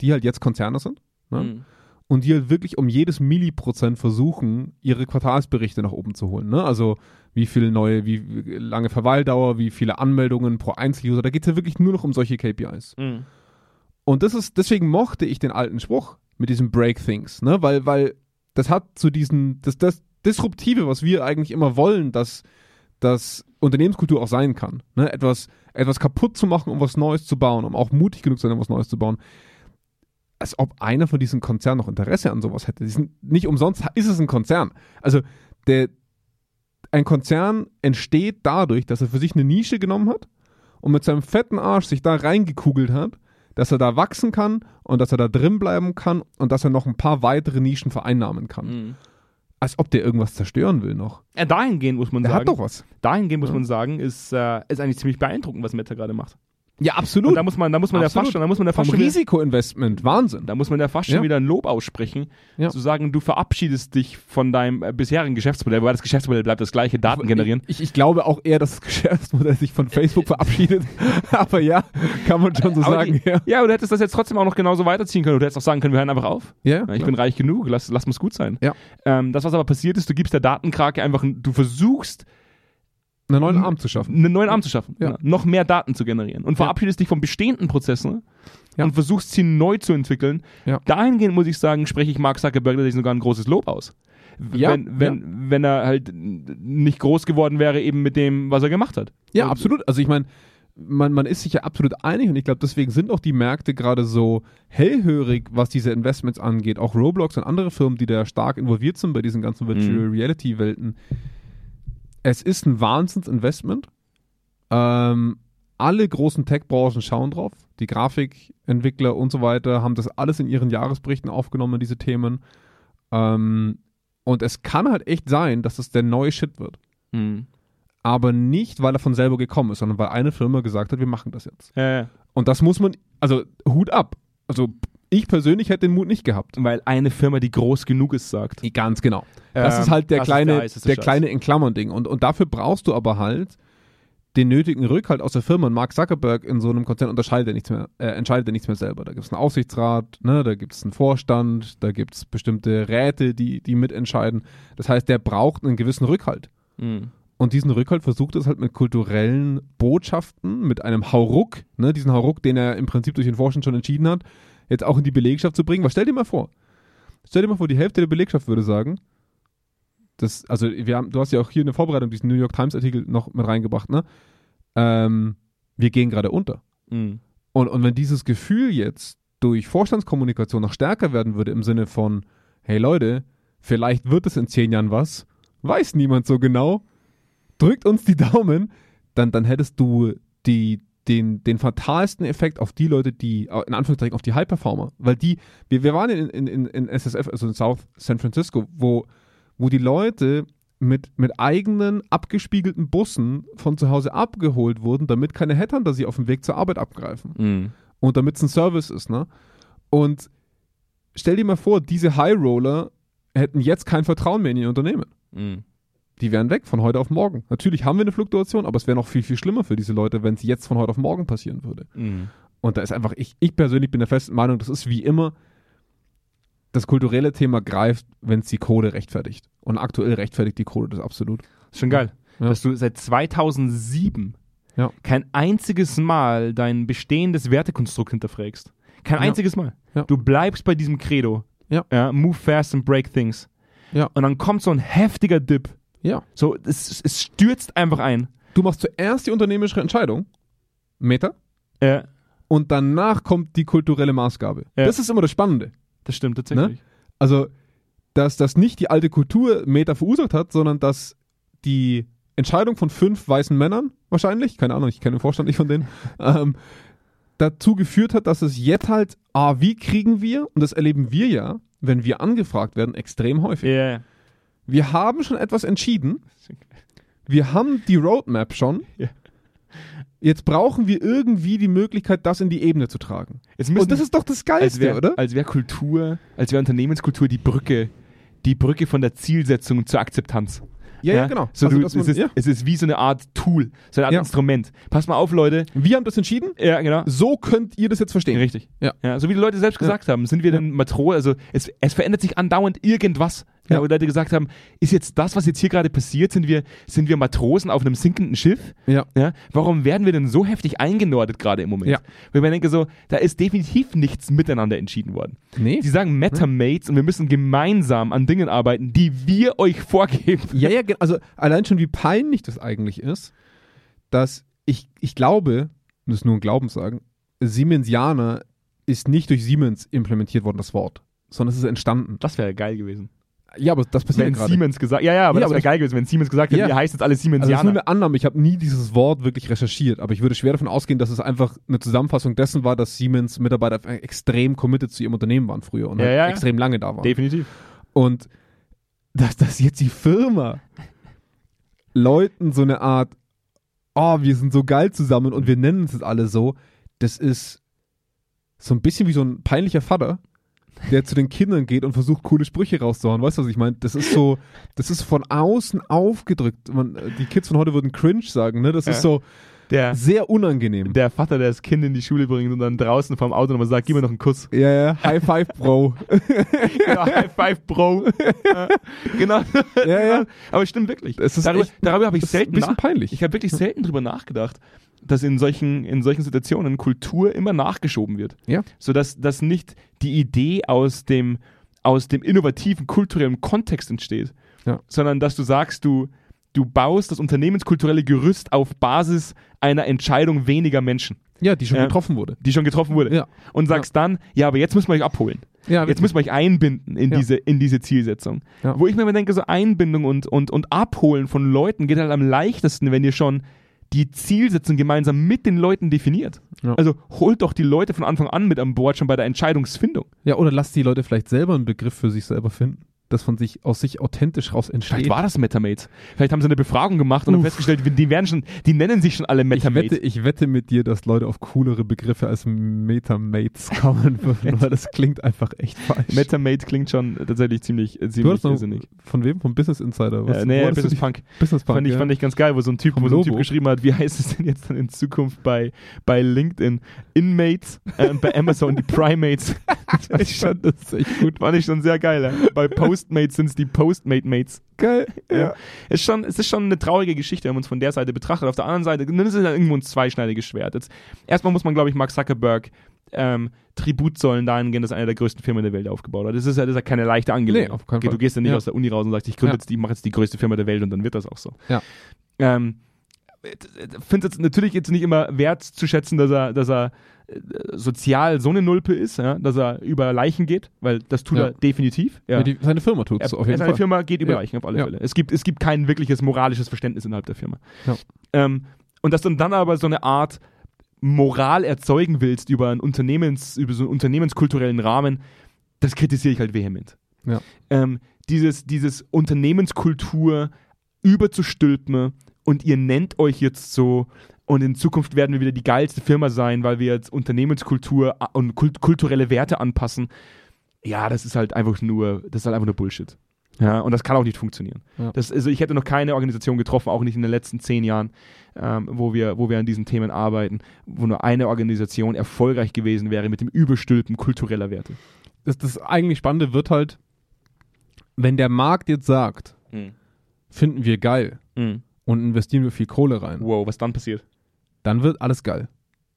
Speaker 2: die halt jetzt Konzerne sind. Ne? und die halt wirklich um jedes Milliprozent versuchen, ihre Quartalsberichte nach oben zu holen. Ne? Also wie viel neue, wie wie lange Verweildauer, wie viele Anmeldungen pro Einzeluser. Da geht es ja wirklich nur noch um solche KPIs. Und das ist, deswegen mochte ich den alten Spruch mit diesem Break Things, ne? Weil, weil das hat zu diesen, das, das Disruptive, was wir eigentlich immer wollen, dass, dass Unternehmenskultur auch sein kann. Ne? Etwas, etwas kaputt zu machen, um was Neues zu bauen, um auch mutig genug zu sein, um was Neues zu bauen. Als ob einer von diesen Konzernen noch Interesse an sowas hätte. Die sind, nicht umsonst ist es ein Konzern. Also der, ein Konzern entsteht dadurch, dass er für sich eine Nische genommen hat und mit seinem fetten Arsch sich da reingekugelt hat, dass er da wachsen kann und dass er da drin bleiben kann und dass er noch ein paar weitere Nischen vereinnahmen
Speaker 1: Mhm.
Speaker 2: kann. Als ob der irgendwas zerstören will noch.
Speaker 1: Ja, dahingehend muss man
Speaker 2: Der
Speaker 1: sagen,
Speaker 2: hat doch was.
Speaker 1: dahingehend muss
Speaker 2: Ja.
Speaker 1: man sagen, ist, äh, ist eigentlich ziemlich beeindruckend, was Meta gerade macht.
Speaker 2: Ja,
Speaker 1: Und
Speaker 2: absolut.
Speaker 1: da muss man, da muss man ja
Speaker 2: Absolut.
Speaker 1: fast schon, da muss man ja
Speaker 2: Vom
Speaker 1: fast schon wieder,
Speaker 2: Risikoinvestment, Wahnsinn.
Speaker 1: da muss man ja fast schon
Speaker 2: Ja.
Speaker 1: wieder ein Lob aussprechen,
Speaker 2: Ja.
Speaker 1: zu sagen, du verabschiedest dich von deinem äh, bisherigen Geschäftsmodell, wobei das Geschäftsmodell bleibt das gleiche, Daten generieren.
Speaker 2: Ich, ich glaube auch eher, dass das Geschäftsmodell sich von Facebook verabschiedet. <laughs> Aber ja, kann man schon so
Speaker 1: Aber
Speaker 2: sagen.
Speaker 1: die,
Speaker 2: ja.
Speaker 1: ja, du hättest das jetzt trotzdem auch noch genauso weiterziehen können. Du hättest auch sagen können, wir hören einfach auf.
Speaker 2: Ja,
Speaker 1: ich bin reich genug, lass, lass uns gut sein.
Speaker 2: Ja.
Speaker 1: Ähm, das, was aber passiert ist, du gibst der Datenkrake einfach, ein- du versuchst,
Speaker 2: einen neuen Arm zu schaffen.
Speaker 1: einen neuen Arm zu schaffen,
Speaker 2: Ja.
Speaker 1: genau. noch mehr Daten zu generieren und verabschiedest dich von bestehenden Prozessen
Speaker 2: Ja.
Speaker 1: und versuchst sie neu zu entwickeln.
Speaker 2: Ja.
Speaker 1: Dahingehend muss ich sagen, spreche ich Mark Zuckerberg tatsächlich sogar ein großes Lob aus.
Speaker 2: Ja,
Speaker 1: Wenn, wenn, wenn er halt nicht groß geworden wäre, eben mit dem, was er gemacht hat.
Speaker 2: Ja,
Speaker 1: Und-
Speaker 2: absolut. Also ich meine, man, man ist sich ja absolut einig und ich glaube, deswegen sind auch die Märkte gerade so hellhörig, was diese Investments angeht. Auch Roblox und andere Firmen, die da stark involviert sind bei diesen ganzen Virtual Reality Welten. Es ist ein Wahnsinnsinvestment. Ähm, alle großen Tech-Branchen schauen drauf. Die Grafikentwickler und so weiter haben das alles in ihren Jahresberichten aufgenommen, diese Themen. Ähm, und es kann halt echt sein, dass es der neue Shit wird
Speaker 1: Mhm.
Speaker 2: aber nicht, weil er von selber gekommen ist, sondern weil eine Firma gesagt hat, wir machen das jetzt.
Speaker 1: Äh,
Speaker 2: Und das muss man, also Hut ab. Also ich persönlich hätte den Mut nicht gehabt.
Speaker 1: weil eine Firma, die groß genug ist, sagt.
Speaker 2: Ganz genau. Das
Speaker 1: ähm,
Speaker 2: ist halt der
Speaker 1: das
Speaker 2: kleine,
Speaker 1: heißeste
Speaker 2: der
Speaker 1: Scheiß.
Speaker 2: kleine in Klammern Ding. Und, und dafür brauchst du aber halt den nötigen Rückhalt aus der Firma. Und Mark Zuckerberg in so einem Konzern unterscheidet er nichts mehr, äh, entscheidet er nichts mehr selber. Da gibt es einen Aufsichtsrat, ne, da gibt es einen Vorstand, da gibt es bestimmte Räte, die, die mitentscheiden. Das heißt, der braucht einen gewissen Rückhalt.
Speaker 1: Mhm.
Speaker 2: Und diesen Rückhalt versucht es halt mit kulturellen Botschaften, mit einem Hauruck, ne, diesen Hauruck, den er im Prinzip durch den Vorstand schon entschieden hat, jetzt auch in die Belegschaft zu bringen. Was stell dir mal vor? Stell dir mal vor, die Hälfte der Belegschaft würde sagen, das, also wir haben, du hast ja auch hier in der Vorbereitung diesen New York Times Artikel noch mit reingebracht, ne? Ähm, wir gehen gerade unter.
Speaker 1: Mhm.
Speaker 2: Und, und wenn dieses Gefühl jetzt durch Vorstandskommunikation noch stärker werden würde, im Sinne von, hey Leute, vielleicht wird es in zehn Jahren was, weiß niemand so genau, drückt uns die <laughs> Daumen, dann, dann hättest du die, den, den fatalsten Effekt auf die Leute, die, äh, in Anführungszeichen, auf die High-Performer. Weil die, wir, wir waren in, in, in, in SSF, also in South San Francisco, wo, wo die Leute mit, mit eigenen abgespiegelten Bussen von zu Hause abgeholt wurden, damit keine Headhunter sie auf dem Weg zur Arbeit abgreifen
Speaker 1: Mhm.
Speaker 2: und damit es ein Service ist, ne? Und stell dir mal vor, diese High Roller hätten jetzt kein Vertrauen mehr in ihr Unternehmen.
Speaker 1: Mhm.
Speaker 2: Die wären weg von heute auf morgen. Natürlich haben wir eine Fluktuation, aber es wäre noch viel, viel schlimmer für diese Leute, wenn es jetzt von heute auf morgen passieren würde.
Speaker 1: Mhm.
Speaker 2: Und da ist einfach, ich, ich persönlich bin der festen Meinung, das ist wie immer, das kulturelle Thema greift, wenn es die Kohle rechtfertigt. Und aktuell rechtfertigt die Kohle das absolut.
Speaker 1: Ist schon geil,
Speaker 2: Ja.
Speaker 1: dass du seit 2007
Speaker 2: Ja.
Speaker 1: kein einziges Mal dein bestehendes Wertekonstrukt hinterfragst. Kein
Speaker 2: Ja.
Speaker 1: einziges Mal.
Speaker 2: Ja.
Speaker 1: Du bleibst bei diesem Credo.
Speaker 2: Ja.
Speaker 1: move fast and break things.
Speaker 2: Ja.
Speaker 1: Und dann kommt so ein heftiger Dip.
Speaker 2: Ja.
Speaker 1: So, es, es stürzt einfach ein.
Speaker 2: Du machst zuerst die unternehmerische Entscheidung, Meta,
Speaker 1: Ja,
Speaker 2: und danach kommt die kulturelle Maßgabe.
Speaker 1: Ja.
Speaker 2: Das ist immer das Spannende.
Speaker 1: das stimmt tatsächlich.
Speaker 2: Also, dass das nicht die alte Kultur Meta verursacht hat, sondern dass die Entscheidung von fünf weißen Männern, wahrscheinlich, keine Ahnung, ich kenne den Vorstand nicht
Speaker 1: <laughs>
Speaker 2: von denen, ähm, dazu geführt hat, dass es jetzt halt, ah, wie kriegen wir, und das erleben wir ja, wenn wir angefragt werden, extrem häufig.
Speaker 1: Ja.
Speaker 2: Wir haben schon etwas entschieden. Wir haben die Roadmap schon.
Speaker 1: Ja.
Speaker 2: Jetzt brauchen wir irgendwie die Möglichkeit, das in die Ebene zu tragen.
Speaker 1: Jetzt
Speaker 2: Und das ist doch das
Speaker 1: als
Speaker 2: Geilste,
Speaker 1: wäre
Speaker 2: oder?
Speaker 1: als wär Kultur, als wäre Unternehmenskultur die Brücke, die Brücke von der Zielsetzung zur Akzeptanz.
Speaker 2: Ja, ja, genau.
Speaker 1: So
Speaker 2: Also,
Speaker 1: du,
Speaker 2: dass
Speaker 1: es,
Speaker 2: man-
Speaker 1: ist,
Speaker 2: ja.
Speaker 1: es ist wie so eine Art Tool, so eine Art
Speaker 2: Ja.
Speaker 1: Instrument. Pass mal auf, Leute.
Speaker 2: Wir haben das entschieden.
Speaker 1: Ja, genau.
Speaker 2: So könnt ihr das jetzt verstehen.
Speaker 1: Richtig.
Speaker 2: Ja.
Speaker 1: ja. So wie die Leute selbst gesagt haben, sind wir denn Matrose? Also es, es verändert sich andauernd irgendwas. Ja.
Speaker 2: Ja.
Speaker 1: Wo Leute gesagt haben, ist jetzt das, was jetzt hier gerade passiert, sind wir, sind wir Matrosen auf einem sinkenden Schiff?
Speaker 2: Ja.
Speaker 1: Ja? Warum werden wir denn so heftig eingenordet gerade im Moment?
Speaker 2: Ja.
Speaker 1: Weil man denke so, da ist definitiv nichts miteinander entschieden worden.
Speaker 2: Nee.
Speaker 1: Die sagen Metamates und wir müssen gemeinsam an Dingen arbeiten, die wir euch vorgeben.
Speaker 2: Ja, ja, gen- also allein schon, wie peinlich das eigentlich ist, dass ich, ich glaube, das ist nur ein Glauben sagen, Siemensianer ist nicht durch Siemens implementiert worden, das Wort, sondern es ist entstanden.
Speaker 1: Das wäre geil gewesen.
Speaker 2: Ja, aber das passiert ja
Speaker 1: Wenn
Speaker 2: gerade.
Speaker 1: Siemens gesagt Ja, ja, aber
Speaker 2: Ja,
Speaker 1: das
Speaker 2: aber
Speaker 1: wäre
Speaker 2: das-
Speaker 1: geil gewesen, wenn Siemens gesagt hätte,
Speaker 2: Ja.
Speaker 1: wir heißen jetzt alle
Speaker 2: Also das ist nur
Speaker 1: Siemensianer.
Speaker 2: eine Annahme. Ich habe nie dieses Wort wirklich recherchiert, aber ich würde schwer davon ausgehen, dass es einfach eine Zusammenfassung dessen war, dass Siemens Mitarbeiter einfach extrem committed zu ihrem Unternehmen waren früher und
Speaker 1: Ja,
Speaker 2: halt
Speaker 1: ja, ja.
Speaker 2: extrem lange da waren.
Speaker 1: Definitiv.
Speaker 2: Und dass das jetzt die Firma Leuten so eine Art, oh, wir sind so geil zusammen und wir nennen es jetzt alle so, das ist so ein bisschen wie so ein peinlicher Vater, der zu den Kindern geht und versucht, coole Sprüche rauszuhauen. Weißt du, was ich meine? Das ist so, das ist von außen aufgedrückt. Man, äh, die Kids von heute würden cringe sagen, ne? Das
Speaker 1: Ja.
Speaker 2: ist so
Speaker 1: Der,
Speaker 2: sehr unangenehm.
Speaker 1: der Vater, der das Kind in die Schule bringt und dann draußen vorm Auto nochmal sagt, gib mir noch einen
Speaker 2: <laughs>
Speaker 1: Kuss.
Speaker 2: Ja, ja, High Five, Bro.
Speaker 1: genau, High Five,
Speaker 2: <laughs>
Speaker 1: Bro. Ja, genau.
Speaker 2: ja, ja.
Speaker 1: Aber stimmt wirklich.
Speaker 2: Es ist
Speaker 1: darüber
Speaker 2: echt-
Speaker 1: darüber habe ich
Speaker 2: Das ist ein
Speaker 1: selten
Speaker 2: bisschen
Speaker 1: nach
Speaker 2: peinlich.
Speaker 1: Ich habe wirklich selten drüber nachgedacht, dass in solchen, in solchen Situationen Kultur immer nachgeschoben wird.
Speaker 2: Ja.
Speaker 1: Sodass dass nicht die Idee aus dem, aus dem innovativen kulturellen Kontext entsteht,
Speaker 2: Ja.
Speaker 1: sondern dass du sagst, du, du baust das unternehmenskulturelle Gerüst auf Basis einer Entscheidung weniger Menschen,
Speaker 2: Ja, die schon
Speaker 1: Ja.
Speaker 2: getroffen wurde.
Speaker 1: die schon getroffen wurde.
Speaker 2: Ja.
Speaker 1: Und sagst dann, ja, aber jetzt müssen wir euch abholen.
Speaker 2: Ja,
Speaker 1: Jetzt müssen wir euch einbinden in,
Speaker 2: Ja.
Speaker 1: diese, in diese Zielsetzung.
Speaker 2: Ja.
Speaker 1: Wo ich mir immer denke, so Einbindung und, und, und Abholen von Leuten geht halt am leichtesten, wenn ihr schon die Zielsetzung gemeinsam mit den Leuten definiert.
Speaker 2: Ja.
Speaker 1: Also holt doch die Leute von Anfang an mit an Bord, schon bei der Entscheidungsfindung.
Speaker 2: Ja, oder lass die Leute vielleicht selber einen Begriff für sich selber finden, das von sich aus sich authentisch raus entsteht.
Speaker 1: Vielleicht war das Metamates. Vielleicht haben sie eine Befragung gemacht und haben
Speaker 2: Uff.
Speaker 1: festgestellt, die, werden schon, die nennen sich schon alle
Speaker 2: ich wette,
Speaker 1: Metamates.
Speaker 2: ich wette mit dir, dass Leute auf coolere Begriffe als Metamates <laughs> kommen würden, weil das klingt einfach echt falsch.
Speaker 1: Metamate klingt schon tatsächlich ziemlich, äh,
Speaker 2: du
Speaker 1: ziemlich
Speaker 2: hattest noch,
Speaker 1: irrsinnig.
Speaker 2: von wem? Vom Business Insider?
Speaker 1: Äh, nee,
Speaker 2: wo hattest du
Speaker 1: Business
Speaker 2: die-
Speaker 1: Punk.
Speaker 2: Business Punk.
Speaker 1: Fand ich,
Speaker 2: ja.
Speaker 1: fand ich ganz geil, wo so ein Typ,
Speaker 2: Vom
Speaker 1: wo so ein typ
Speaker 2: Lobo.
Speaker 1: geschrieben hat, wie <laughs> heißt es denn jetzt dann in Zukunft bei, bei LinkedIn? Inmates äh, und bei Amazon die
Speaker 2: <laughs>
Speaker 1: Primates. Das fand ich, schon, das
Speaker 2: das ist echt gut.
Speaker 1: fand ich schon sehr geil. Ja. Bei Postmates sind es die Postmate-Mates.
Speaker 2: Geil. Ja.
Speaker 1: Ist schon, es ist schon eine traurige Geschichte, wenn man es von der Seite betrachtet. Auf der anderen Seite, dann ist es ja irgendwo ein zweischneidiges Schwert. Jetzt, erstmal muss man, glaube ich, Mark Zuckerberg ähm, Tribut zollen dahingehend, dass er eine der größten Firmen der Welt aufgebaut hat. Das ist ja, das ist ja keine leichte Angelegenheit.
Speaker 2: Nee, auf keinen Fall.
Speaker 1: Du gehst ja nicht
Speaker 2: Ja.
Speaker 1: aus der Uni raus und sagst, ich, gründe
Speaker 2: Ja.
Speaker 1: jetzt, die- ich mache jetzt die größte Firma der Welt und dann wird das auch so.
Speaker 2: Ja.
Speaker 1: Ähm, finde es natürlich jetzt nicht immer wert zu schätzen, dass er, dass er äh, sozial so eine Nulpe ist, ja? dass er über Leichen geht, weil das tut
Speaker 2: Ja.
Speaker 1: er definitiv. Ja.
Speaker 2: Ja, die, seine Firma tut
Speaker 1: Er,
Speaker 2: es auf jeden
Speaker 1: seine
Speaker 2: Fall.
Speaker 1: Firma geht über
Speaker 2: Ja.
Speaker 1: Leichen auf alle
Speaker 2: Ja.
Speaker 1: Fälle. Es gibt, es gibt kein wirkliches moralisches Verständnis innerhalb der Firma.
Speaker 2: Ja.
Speaker 1: Ähm, und dass du dann aber so eine Art Moral erzeugen willst über, ein Unternehmens, über so einen unternehmenskulturellen Rahmen, das kritisiere ich halt vehement.
Speaker 2: Ja.
Speaker 1: Ähm, dieses, dieses Unternehmenskultur überzustülpen und ihr nennt euch jetzt so und in Zukunft werden wir wieder die geilste Firma sein, weil wir jetzt Unternehmenskultur a- und kult kulturelle Werte anpassen. Ja, das ist halt einfach nur, das ist halt einfach nur Bullshit. Ja, und das kann auch nicht funktionieren.
Speaker 2: Ja.
Speaker 1: Das, also ich hätte noch keine Organisation getroffen, auch nicht in den letzten zehn Jahren, ähm, wo, wir, wo wir an diesen Themen arbeiten, wo nur eine Organisation erfolgreich gewesen wäre mit dem Überstülpen kultureller Werte.
Speaker 2: das, das eigentlich Spannende wird halt, wenn der Markt jetzt sagt,
Speaker 1: Hm.
Speaker 2: finden wir Mhm. geil und investieren wir viel Kohle rein,
Speaker 1: Wow, was dann passiert?
Speaker 2: dann wird alles geil.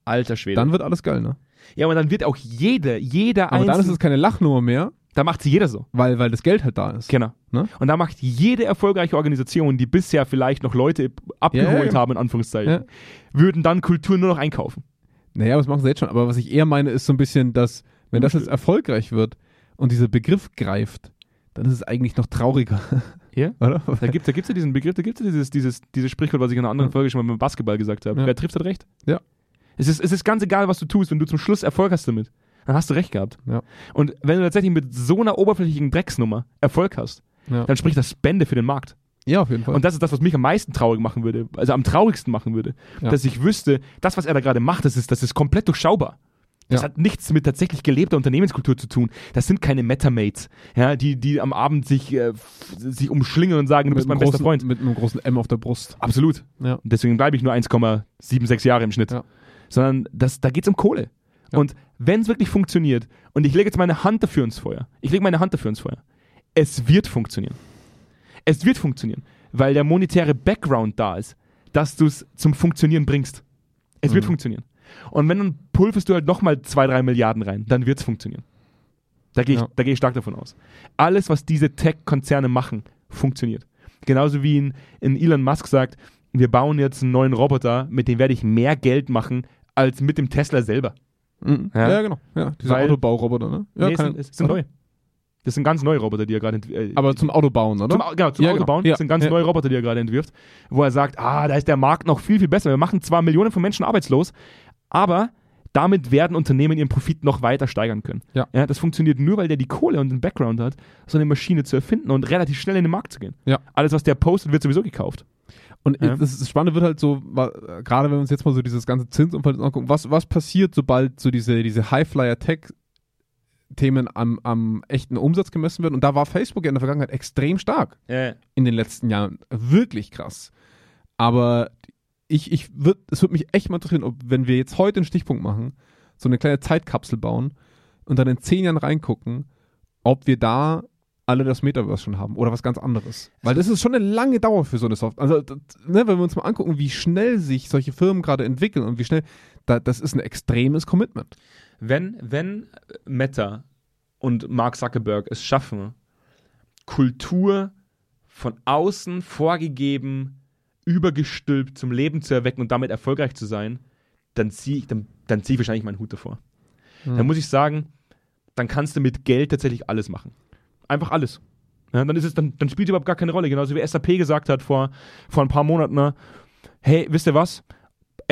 Speaker 1: Alter Schwede.
Speaker 2: Dann wird alles geil, ne?
Speaker 1: ja, aber dann wird auch jeder, jeder
Speaker 2: Aber dann ist
Speaker 1: einzelne,
Speaker 2: es keine Lachnummer mehr,
Speaker 1: da macht sie jeder so.
Speaker 2: weil, weil das Geld halt da ist.
Speaker 1: Genau.
Speaker 2: Ne?
Speaker 1: Und da macht jede erfolgreiche Organisation, die bisher vielleicht noch Leute abgeholt
Speaker 2: Ja, ja, ja.
Speaker 1: haben, in Anführungszeichen, würden dann Kultur nur noch einkaufen.
Speaker 2: Naja, das machen sie jetzt schon. Aber was ich eher meine, ist so ein bisschen, dass, wenn das jetzt erfolgreich wird und dieser Begriff greift, dann ist es eigentlich noch trauriger.
Speaker 1: Ja.
Speaker 2: <laughs> Oder?
Speaker 1: Da gibt es da gibt's ja diesen Begriff, da gibt es ja dieses, dieses, dieses Sprichwort, was ich in einer anderen Folge schon mal beim Basketball gesagt habe.
Speaker 2: Ja.
Speaker 1: Wer trifft, hat recht.
Speaker 2: Ja.
Speaker 1: Es ist, es ist ganz egal, was du tust, wenn du zum Schluss Erfolg hast damit, dann hast du recht gehabt.
Speaker 2: Ja.
Speaker 1: Und wenn du tatsächlich mit so einer oberflächlichen Drecksnummer Erfolg hast,
Speaker 2: Ja.
Speaker 1: dann spricht das Bände für den Markt.
Speaker 2: ja, auf jeden Fall.
Speaker 1: Und das ist das, was mich am meisten traurig machen würde, also am traurigsten machen würde,
Speaker 2: Ja.
Speaker 1: dass ich wüsste, das, was er da gerade macht, das ist, das ist komplett durchschaubar. Das
Speaker 2: Ja.
Speaker 1: hat nichts mit tatsächlich gelebter Unternehmenskultur zu tun. Das sind keine Metamates, ja, die, die am Abend sich, äh, f- sich umschlingen und sagen, du bist mein
Speaker 2: einem
Speaker 1: bester
Speaker 2: großen-
Speaker 1: Freund.
Speaker 2: Mit einem großen M auf der Brust.
Speaker 1: Absolut.
Speaker 2: Ja.
Speaker 1: Und deswegen bleibe ich nur 1,76 Jahre im Schnitt.
Speaker 2: Ja.
Speaker 1: Sondern das, da geht's um Kohle.
Speaker 2: Ja.
Speaker 1: Und wenn es wirklich funktioniert, und ich lege jetzt meine Hand dafür ins Feuer, ich lege meine Hand dafür ins Feuer, es wird funktionieren. Es wird funktionieren, weil der monetäre Background da ist, dass du es zum Funktionieren bringst. Es wird
Speaker 2: Mhm.
Speaker 1: funktionieren. Und wenn dann pulverst du halt nochmal zwei, drei Milliarden rein, dann wird es funktionieren. Da gehe ich,
Speaker 2: Ja.
Speaker 1: da geh ich stark davon aus. Alles, was diese Tech-Konzerne machen, funktioniert. Genauso wie in, in Elon Musk sagt, wir bauen jetzt einen neuen Roboter, mit dem werde ich mehr Geld machen als mit dem Tesla selber.
Speaker 2: Mhm.
Speaker 1: Ja.
Speaker 2: Ja. genau. Ja, dieser
Speaker 1: Weil-
Speaker 2: Autobauroboter, ne? Ja,
Speaker 1: nee, es
Speaker 2: keine-
Speaker 1: sind, es sind neue. Das sind ganz neue Roboter, die er gerade ent- äh,
Speaker 2: Aber zum Autobauen, oder?
Speaker 1: zum, Au- genau, zum
Speaker 2: Ja, genau.
Speaker 1: Autobauen.
Speaker 2: Ja,
Speaker 1: Das sind ganz
Speaker 2: ja.
Speaker 1: neue Roboter, die er gerade entwirft, wo er sagt, ah, da ist der Markt noch viel, viel besser. Wir machen zwar Millionen von Menschen arbeitslos, aber damit werden Unternehmen ihren Profit noch weiter steigern können.
Speaker 2: Ja.
Speaker 1: das funktioniert nur, weil der die Kohle und den Background hat, so eine Maschine zu erfinden und relativ schnell in den Markt zu gehen.
Speaker 2: Ja.
Speaker 1: Alles, was der postet, wird sowieso gekauft.
Speaker 2: Und
Speaker 1: Ja.
Speaker 2: das, das Spannende wird halt so, wa- äh, gerade wenn wir uns jetzt mal so dieses ganze Zinsumfeld angucken, was, was passiert, sobald so diese, diese Highflyer-Tech-Themen am, am echten Umsatz gemessen werden? Und da war Facebook ja in der Vergangenheit extrem stark in den letzten Jahren. Wirklich krass. Aber ich, ich würd, es würde mich echt mal interessieren, ob, wenn wir jetzt heute einen Stichpunkt machen, so eine kleine Zeitkapsel bauen und dann in zehn Jahren reingucken, ob wir da alle das Metaverse schon haben oder was ganz anderes. Weil das ist schon eine lange Dauer für so eine Software. Also, das, ne, wenn wir uns mal angucken, wie schnell sich solche Firmen gerade entwickeln und wie schnell, da, das ist ein extremes Commitment.
Speaker 1: Wenn, wenn Meta und Mark Zuckerberg es schaffen, Kultur von außen vorgegeben, übergestülpt zum Leben zu erwecken und damit erfolgreich zu sein, dann ziehe ich, dann, dann zieh ich wahrscheinlich meinen Hut davor. Dann muss ich sagen, dann kannst du mit Geld tatsächlich alles machen. Einfach alles. Ja, dann, ist es, dann, dann spielt es überhaupt gar keine Rolle. Genauso wie SAP gesagt hat vor, vor ein paar Monaten, ne, hey, wisst ihr was?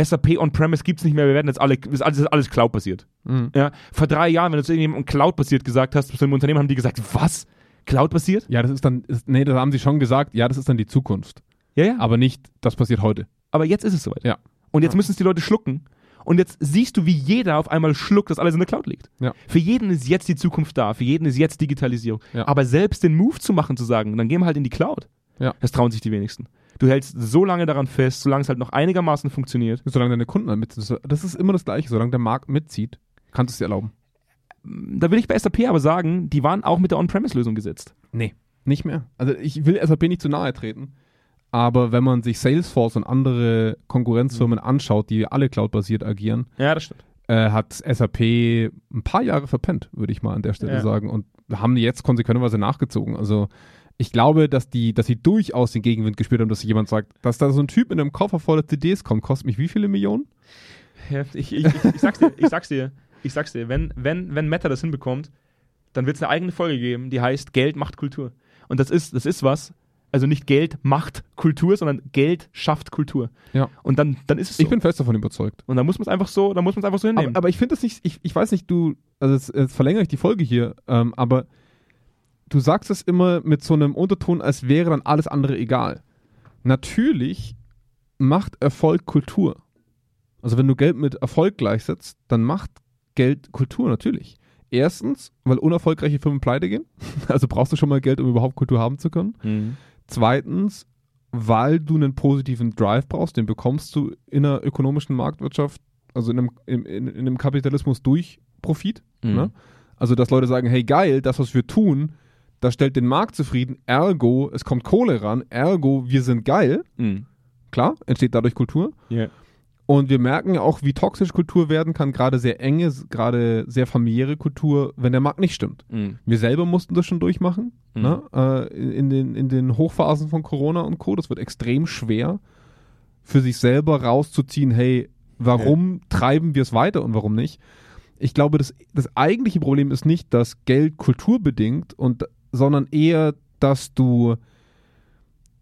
Speaker 1: SAP On-Premise gibt es nicht mehr, wir werden jetzt alle, ist alles, ist alles Cloud-basiert.
Speaker 2: Mhm.
Speaker 1: Ja, vor drei Jahren, wenn du zu irgendjemandem Cloud-basiert gesagt hast, zu einem Unternehmen, haben die gesagt, was? Cloud-basiert?
Speaker 2: Ja, das ist dann, ist, nee, das haben sie schon gesagt, ja, das ist dann die Zukunft.
Speaker 1: Ja, ja.
Speaker 2: Aber nicht, das passiert heute.
Speaker 1: Aber jetzt ist es soweit.
Speaker 2: Ja.
Speaker 1: Und jetzt müssen es die Leute schlucken. Und jetzt siehst du, wie jeder auf einmal schluckt, dass alles in der Cloud liegt.
Speaker 2: Ja.
Speaker 1: Für jeden ist jetzt die Zukunft da, für jeden ist jetzt Digitalisierung.
Speaker 2: Ja.
Speaker 1: Aber selbst den Move zu machen, zu sagen, dann gehen wir halt in die Cloud,
Speaker 2: Ja.
Speaker 1: das trauen sich die wenigsten. Du hältst so lange daran fest, solange es halt noch einigermaßen funktioniert.
Speaker 2: Solange deine Kunden damit sind. Das ist immer das Gleiche. Solange der Markt mitzieht, kannst du es dir erlauben.
Speaker 1: Da will ich bei SAP aber sagen, die waren auch mit der On-Premise-Lösung gesetzt.
Speaker 2: Nee. Nicht mehr. Also ich will SAP nicht zu nahe treten, aber wenn man sich Salesforce und andere Konkurrenzfirmen
Speaker 1: Mhm.
Speaker 2: anschaut, die alle cloudbasiert agieren,
Speaker 1: Ja, das stimmt.
Speaker 2: äh, hat SAP ein paar Jahre verpennt, würde ich mal an der Stelle
Speaker 1: Ja.
Speaker 2: sagen. Und haben die jetzt konsequenterweise nachgezogen. Also ich glaube, dass die, dass sie durchaus den Gegenwind gespürt haben, dass jemand sagt, dass da so ein Typ mit einem Koffer voller CDs kommt, kostet mich wie viele Millionen?
Speaker 1: Ich, ich, ich, ich sag's dir, ich sag's dir, ich sag's dir, wenn, wenn, wenn Meta das hinbekommt, dann wird es eine eigene Folge geben, die heißt Geld macht Kultur. Und das ist, das ist was. Also nicht Geld macht Kultur, sondern Geld schafft Kultur.
Speaker 2: Ja.
Speaker 1: Und dann, dann ist es so.
Speaker 2: Ich bin fest davon überzeugt.
Speaker 1: und dann muss man es einfach so, dann muss man es einfach so
Speaker 2: Aber,
Speaker 1: hinnehmen.
Speaker 2: aber ich finde das nicht, ich, ich weiß nicht, du, also jetzt, jetzt verlängere ich die Folge hier, ähm, aber du sagst es immer mit so einem Unterton, als wäre dann alles andere egal. Natürlich macht Erfolg Kultur. Also wenn du Geld mit Erfolg gleichsetzt, dann macht Geld Kultur natürlich. Erstens, weil unerfolgreiche Firmen pleite gehen. <laughs> Also brauchst du schon mal Geld, um überhaupt Kultur haben zu können.
Speaker 1: Mhm.
Speaker 2: Zweitens, weil du einen positiven Drive brauchst, den bekommst du in einer ökonomischen Marktwirtschaft, also in einem, in, in, in einem Kapitalismus durch Profit.
Speaker 1: Mhm.
Speaker 2: Ne? Also, dass Leute sagen, hey geil, das, was wir tun, das stellt den Markt zufrieden, ergo, es
Speaker 1: Mhm.
Speaker 2: kommt Kohle ran, ergo, wir sind geil. Klar, entsteht dadurch Kultur.
Speaker 1: Ja.
Speaker 2: Und wir merken ja auch, wie toxisch Kultur werden kann, gerade sehr enge, gerade sehr familiäre Kultur, wenn der Markt nicht stimmt.
Speaker 1: Mhm.
Speaker 2: Wir selber mussten das schon durchmachen,
Speaker 1: Mhm.
Speaker 2: ne? äh, in, in, den, in den Hochphasen von Corona und Co. Das wird extrem schwer, für sich selber rauszuziehen, hey, warum treiben wir es weiter und warum nicht? Ich glaube, das, das eigentliche Problem ist nicht, dass Geld Kultur bedingt, und, sondern eher, dass du,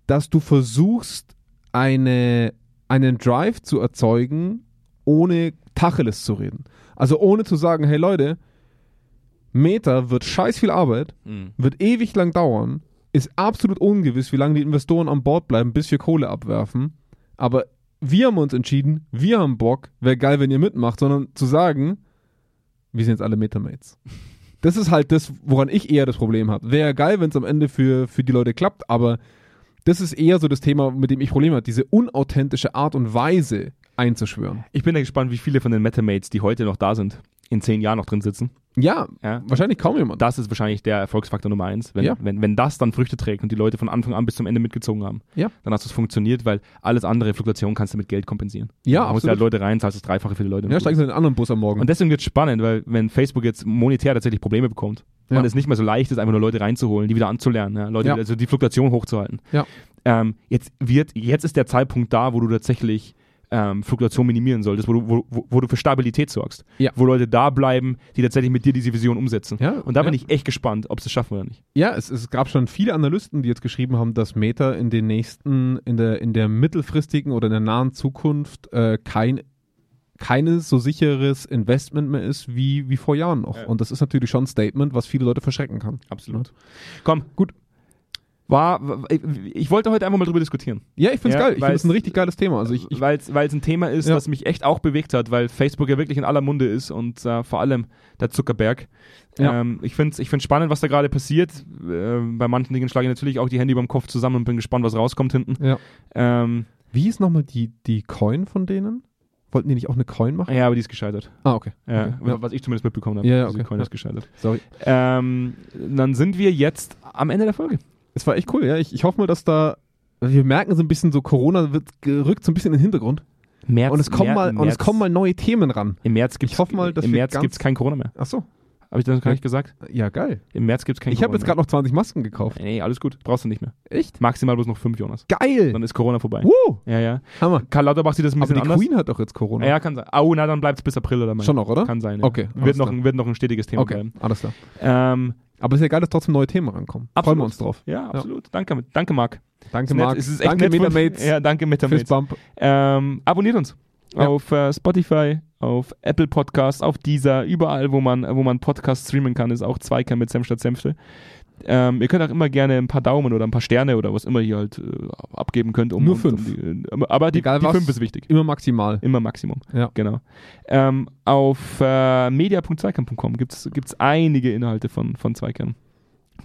Speaker 2: dass du versuchst, eine, einen Drive zu erzeugen, ohne Tacheles zu reden. Also ohne zu sagen, hey Leute, Meta wird scheiß viel Arbeit,
Speaker 1: Mhm.
Speaker 2: wird ewig lang dauern, ist absolut ungewiss, wie lange die Investoren an Bord bleiben, bis wir Kohle abwerfen. Aber wir haben uns entschieden, wir haben Bock, wäre geil, wenn ihr mitmacht, sondern zu sagen, wir sind jetzt alle Metamates. Das ist halt das, woran ich eher das Problem habe. Wäre geil, wenn es am Ende für, für die Leute klappt, aber das ist eher so das Thema, mit dem ich Probleme habe, diese unauthentische Art und Weise einzuschwören.
Speaker 1: Ich bin ja gespannt, wie viele von den Metamates, die heute noch da sind, in zehn Jahren noch drin sitzen.
Speaker 2: Ja,
Speaker 1: Ja.
Speaker 2: wahrscheinlich kaum jemand.
Speaker 1: Das ist wahrscheinlich der Erfolgsfaktor Nummer eins. Wenn,
Speaker 2: Ja.
Speaker 1: wenn, wenn das dann Früchte trägt und die Leute von Anfang an bis zum Ende mitgezogen haben,
Speaker 2: Ja.
Speaker 1: dann hast du es funktioniert, weil alles andere, Fluktuation, kannst du mit Geld kompensieren.
Speaker 2: Ja,
Speaker 1: Du holst
Speaker 2: absolut.
Speaker 1: halt Leute rein, zahlst das Dreifache für die Leute.
Speaker 2: ja, steigen sie in einen anderen Bus am Morgen.
Speaker 1: Und deswegen wird es spannend, weil wenn Facebook jetzt monetär tatsächlich Probleme bekommt
Speaker 2: Ja.
Speaker 1: und es nicht mehr so leicht ist, einfach nur Leute reinzuholen, die wieder anzulernen, ja? Leute,
Speaker 2: Ja.
Speaker 1: also die Fluktuation hochzuhalten.
Speaker 2: Ja.
Speaker 1: Ähm, jetzt, wird, jetzt ist der Zeitpunkt da, wo du tatsächlich ähm, Fluktuation minimieren solltest, wo du, wo, wo, wo du für Stabilität sorgst,
Speaker 2: Ja.
Speaker 1: wo Leute da bleiben, die tatsächlich mit dir diese Vision umsetzen.
Speaker 2: Ja,
Speaker 1: Und da bin
Speaker 2: ja.
Speaker 1: ich echt gespannt, ob sie es schaffen oder nicht.
Speaker 2: Ja, es, es gab schon viele Analysten, die jetzt geschrieben haben, dass Meta in den nächsten, in der, in der mittelfristigen oder in der nahen Zukunft äh, kein, keines so sicheres Investment mehr ist wie, wie vor Jahren noch.
Speaker 1: Ja.
Speaker 2: Und das ist natürlich schon ein Statement, was viele Leute verschrecken kann.
Speaker 1: Absolut. Komm, gut. War, ich, ich wollte heute einfach mal drüber diskutieren.
Speaker 2: Ja, ich find's
Speaker 1: Ja,
Speaker 2: geil. Ich
Speaker 1: weil
Speaker 2: finde es ein
Speaker 1: es-
Speaker 2: richtig geiles Thema. Also ich, ich,
Speaker 1: weil es ein Thema ist,
Speaker 2: Ja.
Speaker 1: das mich echt auch bewegt hat, weil Facebook ja wirklich in aller Munde ist und äh, vor allem der Zuckerberg.
Speaker 2: Ja.
Speaker 1: Ähm, ich finde es ich find's spannend, was da gerade passiert. Äh, bei manchen Dingen schlage ich natürlich auch die Hände über dem Kopf zusammen und bin gespannt, was rauskommt hinten.
Speaker 2: Ja.
Speaker 1: Ähm,
Speaker 2: wie ist nochmal die, die Coin von denen? Wollten die nicht auch eine Coin machen?
Speaker 1: ja, aber die ist gescheitert.
Speaker 2: Ah, okay.
Speaker 1: Ja,
Speaker 2: okay.
Speaker 1: wa- Was ich zumindest mitbekommen habe.
Speaker 2: Ja, ja,
Speaker 1: Die
Speaker 2: okay.
Speaker 1: Coin ist gescheitert.
Speaker 2: Sorry.
Speaker 1: Ähm, dann sind wir jetzt am Ende der Folge.
Speaker 2: Es war echt cool, ja. Ich, ich hoffe mal, dass da. Wir merken so ein bisschen, so Corona wird gerückt so ein bisschen in den Hintergrund.
Speaker 1: März,
Speaker 2: Und es kommen,
Speaker 1: Mär-
Speaker 2: mal, und es
Speaker 1: März-
Speaker 2: kommen mal neue Themen ran.
Speaker 1: Im März gibt
Speaker 2: Ich hoffe mal, dass
Speaker 1: im
Speaker 2: wir
Speaker 1: März
Speaker 2: ganz-
Speaker 1: gibt's kein Corona mehr.
Speaker 2: Ach so.
Speaker 1: Habe ich das noch gar nicht gesagt?
Speaker 2: Ja, geil.
Speaker 1: Im März gibt es kein
Speaker 2: Ich habe
Speaker 1: Corona.
Speaker 2: jetzt gerade noch 20 Masken gekauft.
Speaker 1: mehr. Nee, alles gut. Brauchst du nicht mehr.
Speaker 2: Echt?
Speaker 1: Maximal bloß noch fünf, Jonas.
Speaker 2: Geil!
Speaker 1: Dann ist Corona vorbei.
Speaker 2: Wow!
Speaker 1: Ja, ja.
Speaker 2: Hammer.
Speaker 1: Karl Lauterbach sieht das ein
Speaker 2: Aber
Speaker 1: bisschen
Speaker 2: die
Speaker 1: anders.
Speaker 2: Queen hat doch jetzt Corona.
Speaker 1: Ja, ja, kann sein. Oh, na, dann bleibt es bis April oder Mai.
Speaker 2: Schon noch, oder?
Speaker 1: Kann sein. Ja.
Speaker 2: Okay, alles
Speaker 1: Wird noch,
Speaker 2: klar.
Speaker 1: ein- wird noch ein stetiges Thema
Speaker 2: okay,
Speaker 1: bleiben.
Speaker 2: alles klar.
Speaker 1: Ähm,
Speaker 2: Aber es ist ja geil, dass trotzdem neue Themen rankommen. Freuen wir uns drauf.
Speaker 1: ja, absolut. Danke, danke Marc.
Speaker 2: Danke,
Speaker 1: Ist nett.
Speaker 2: Marc.
Speaker 1: Es ist echt
Speaker 2: Danke,
Speaker 1: nett von- <laughs>
Speaker 2: Metamates.
Speaker 1: Ja, danke,
Speaker 2: Fist
Speaker 1: Metamates.
Speaker 2: Bump.
Speaker 1: Ähm, abonniert uns.
Speaker 2: Ja.
Speaker 1: Auf äh, Spotify, auf Apple Podcasts, auf dieser, überall, wo man, wo man Podcasts streamen kann, ist auch Zweikern mit Senf statt Senfte. Ähm, ihr könnt auch immer gerne ein paar Daumen oder ein paar Sterne oder was immer ihr halt äh, abgeben könnt. Um,
Speaker 2: Nur
Speaker 1: um-
Speaker 2: fünf.
Speaker 1: Um die, aber die,
Speaker 2: Egal
Speaker 1: die
Speaker 2: was.
Speaker 1: fünf ist wichtig.
Speaker 2: Immer maximal.
Speaker 1: Immer Maximum.
Speaker 2: Ja.
Speaker 1: Genau. Ähm, auf äh, media.zweikern.com gibt es einige Inhalte von, von Zweikern.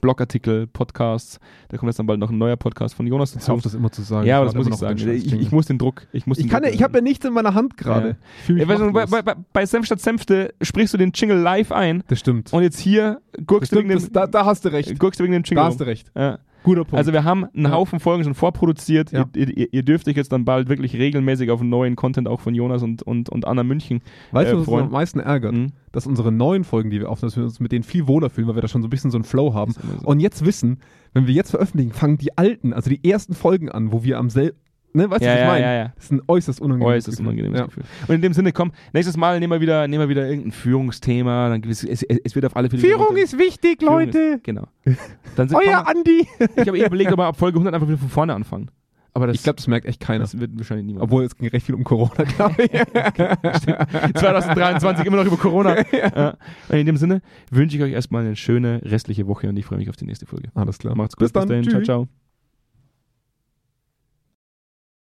Speaker 1: Blogartikel, Podcasts. Da kommt jetzt dann bald noch ein neuer Podcast von Jonas
Speaker 2: Ich
Speaker 1: dazu.
Speaker 2: hoffe, das immer zu sagen.
Speaker 1: Ja, aber
Speaker 2: Ich
Speaker 1: das muss ich
Speaker 2: warte
Speaker 1: sagen.
Speaker 2: immer noch auf den
Speaker 1: Ich,
Speaker 2: Scheiß
Speaker 1: ich muss den Druck. Ich, muss
Speaker 2: Ich,
Speaker 1: den
Speaker 2: kann ja,
Speaker 1: Druck
Speaker 2: ich habe ja nichts in meiner Hand gerade. Ich fühl mich
Speaker 1: Ja, weißt du, bei,
Speaker 2: machtlos.
Speaker 1: bei, bei- bei Senf statt Senfte sprichst du den Jingle live ein
Speaker 2: das stimmt.
Speaker 1: und jetzt hier
Speaker 2: Das
Speaker 1: guckst du wegen
Speaker 2: stimmt
Speaker 1: dem,
Speaker 2: das, da, da hast du recht.
Speaker 1: guckst du wegen dem Jingle.
Speaker 2: Da hast
Speaker 1: Äh, rum.
Speaker 2: du recht.
Speaker 1: ja.
Speaker 2: Guter Punkt.
Speaker 1: Also wir haben einen
Speaker 2: Ja.
Speaker 1: Haufen Folgen schon vorproduziert.
Speaker 2: Ja.
Speaker 1: Ihr, ihr, ihr dürft euch jetzt dann bald wirklich regelmäßig auf neuen Content auch von Jonas und, und, und Anna München.
Speaker 2: weißt
Speaker 1: äh,
Speaker 2: du, was uns
Speaker 1: Freund-
Speaker 2: am meisten ärgert?
Speaker 1: Mhm.
Speaker 2: Dass unsere neuen Folgen, die wir aufnehmen, dass wir uns mit denen viel wohler fühlen, weil wir da schon so ein bisschen so einen Flow haben.
Speaker 1: Ist immer so.
Speaker 2: Und jetzt wissen, wenn wir jetzt veröffentlichen, fangen die alten, also die ersten Folgen an, wo wir am selben. Ne, weißt du,
Speaker 1: Ja,
Speaker 2: was ich
Speaker 1: ja,
Speaker 2: meine?
Speaker 1: ja, ja.
Speaker 2: Das ist ein äußerst unangenehmes
Speaker 1: äußerst
Speaker 2: Gefühl.
Speaker 1: unangenehmes
Speaker 2: ja.
Speaker 1: Gefühl. Und in dem Sinne, komm, nächstes Mal nehmen wir wieder, nehmen wir wieder irgendein Führungsthema. Dann, es, es, es wird auf alle Fälle.
Speaker 2: Führung ist Oh wichtig,
Speaker 1: Führung
Speaker 2: Leute!
Speaker 1: Ist, genau. Dann
Speaker 2: <laughs>
Speaker 1: sind,
Speaker 2: Euer
Speaker 1: komm,
Speaker 2: Andi!
Speaker 1: ich habe eh überlegt, ob wir ab Folge 100 einfach wieder von vorne anfangen. Aber das,
Speaker 2: Ich glaube, das merkt echt keiner.
Speaker 1: das wird wahrscheinlich niemand.
Speaker 2: <laughs> Obwohl, es ging recht viel um Corona,
Speaker 1: <laughs>
Speaker 2: glaube ich.
Speaker 1: 2023 immer noch über
Speaker 2: <laughs>
Speaker 1: Corona. ja. Und in dem Sinne wünsche ich euch erstmal eine schöne restliche Woche und ich freue mich auf die nächste Folge.
Speaker 2: Alles klar.
Speaker 1: Macht's gut.
Speaker 2: Bis dann.
Speaker 1: dahin. Ciao,
Speaker 2: Tschüss.
Speaker 1: ciao.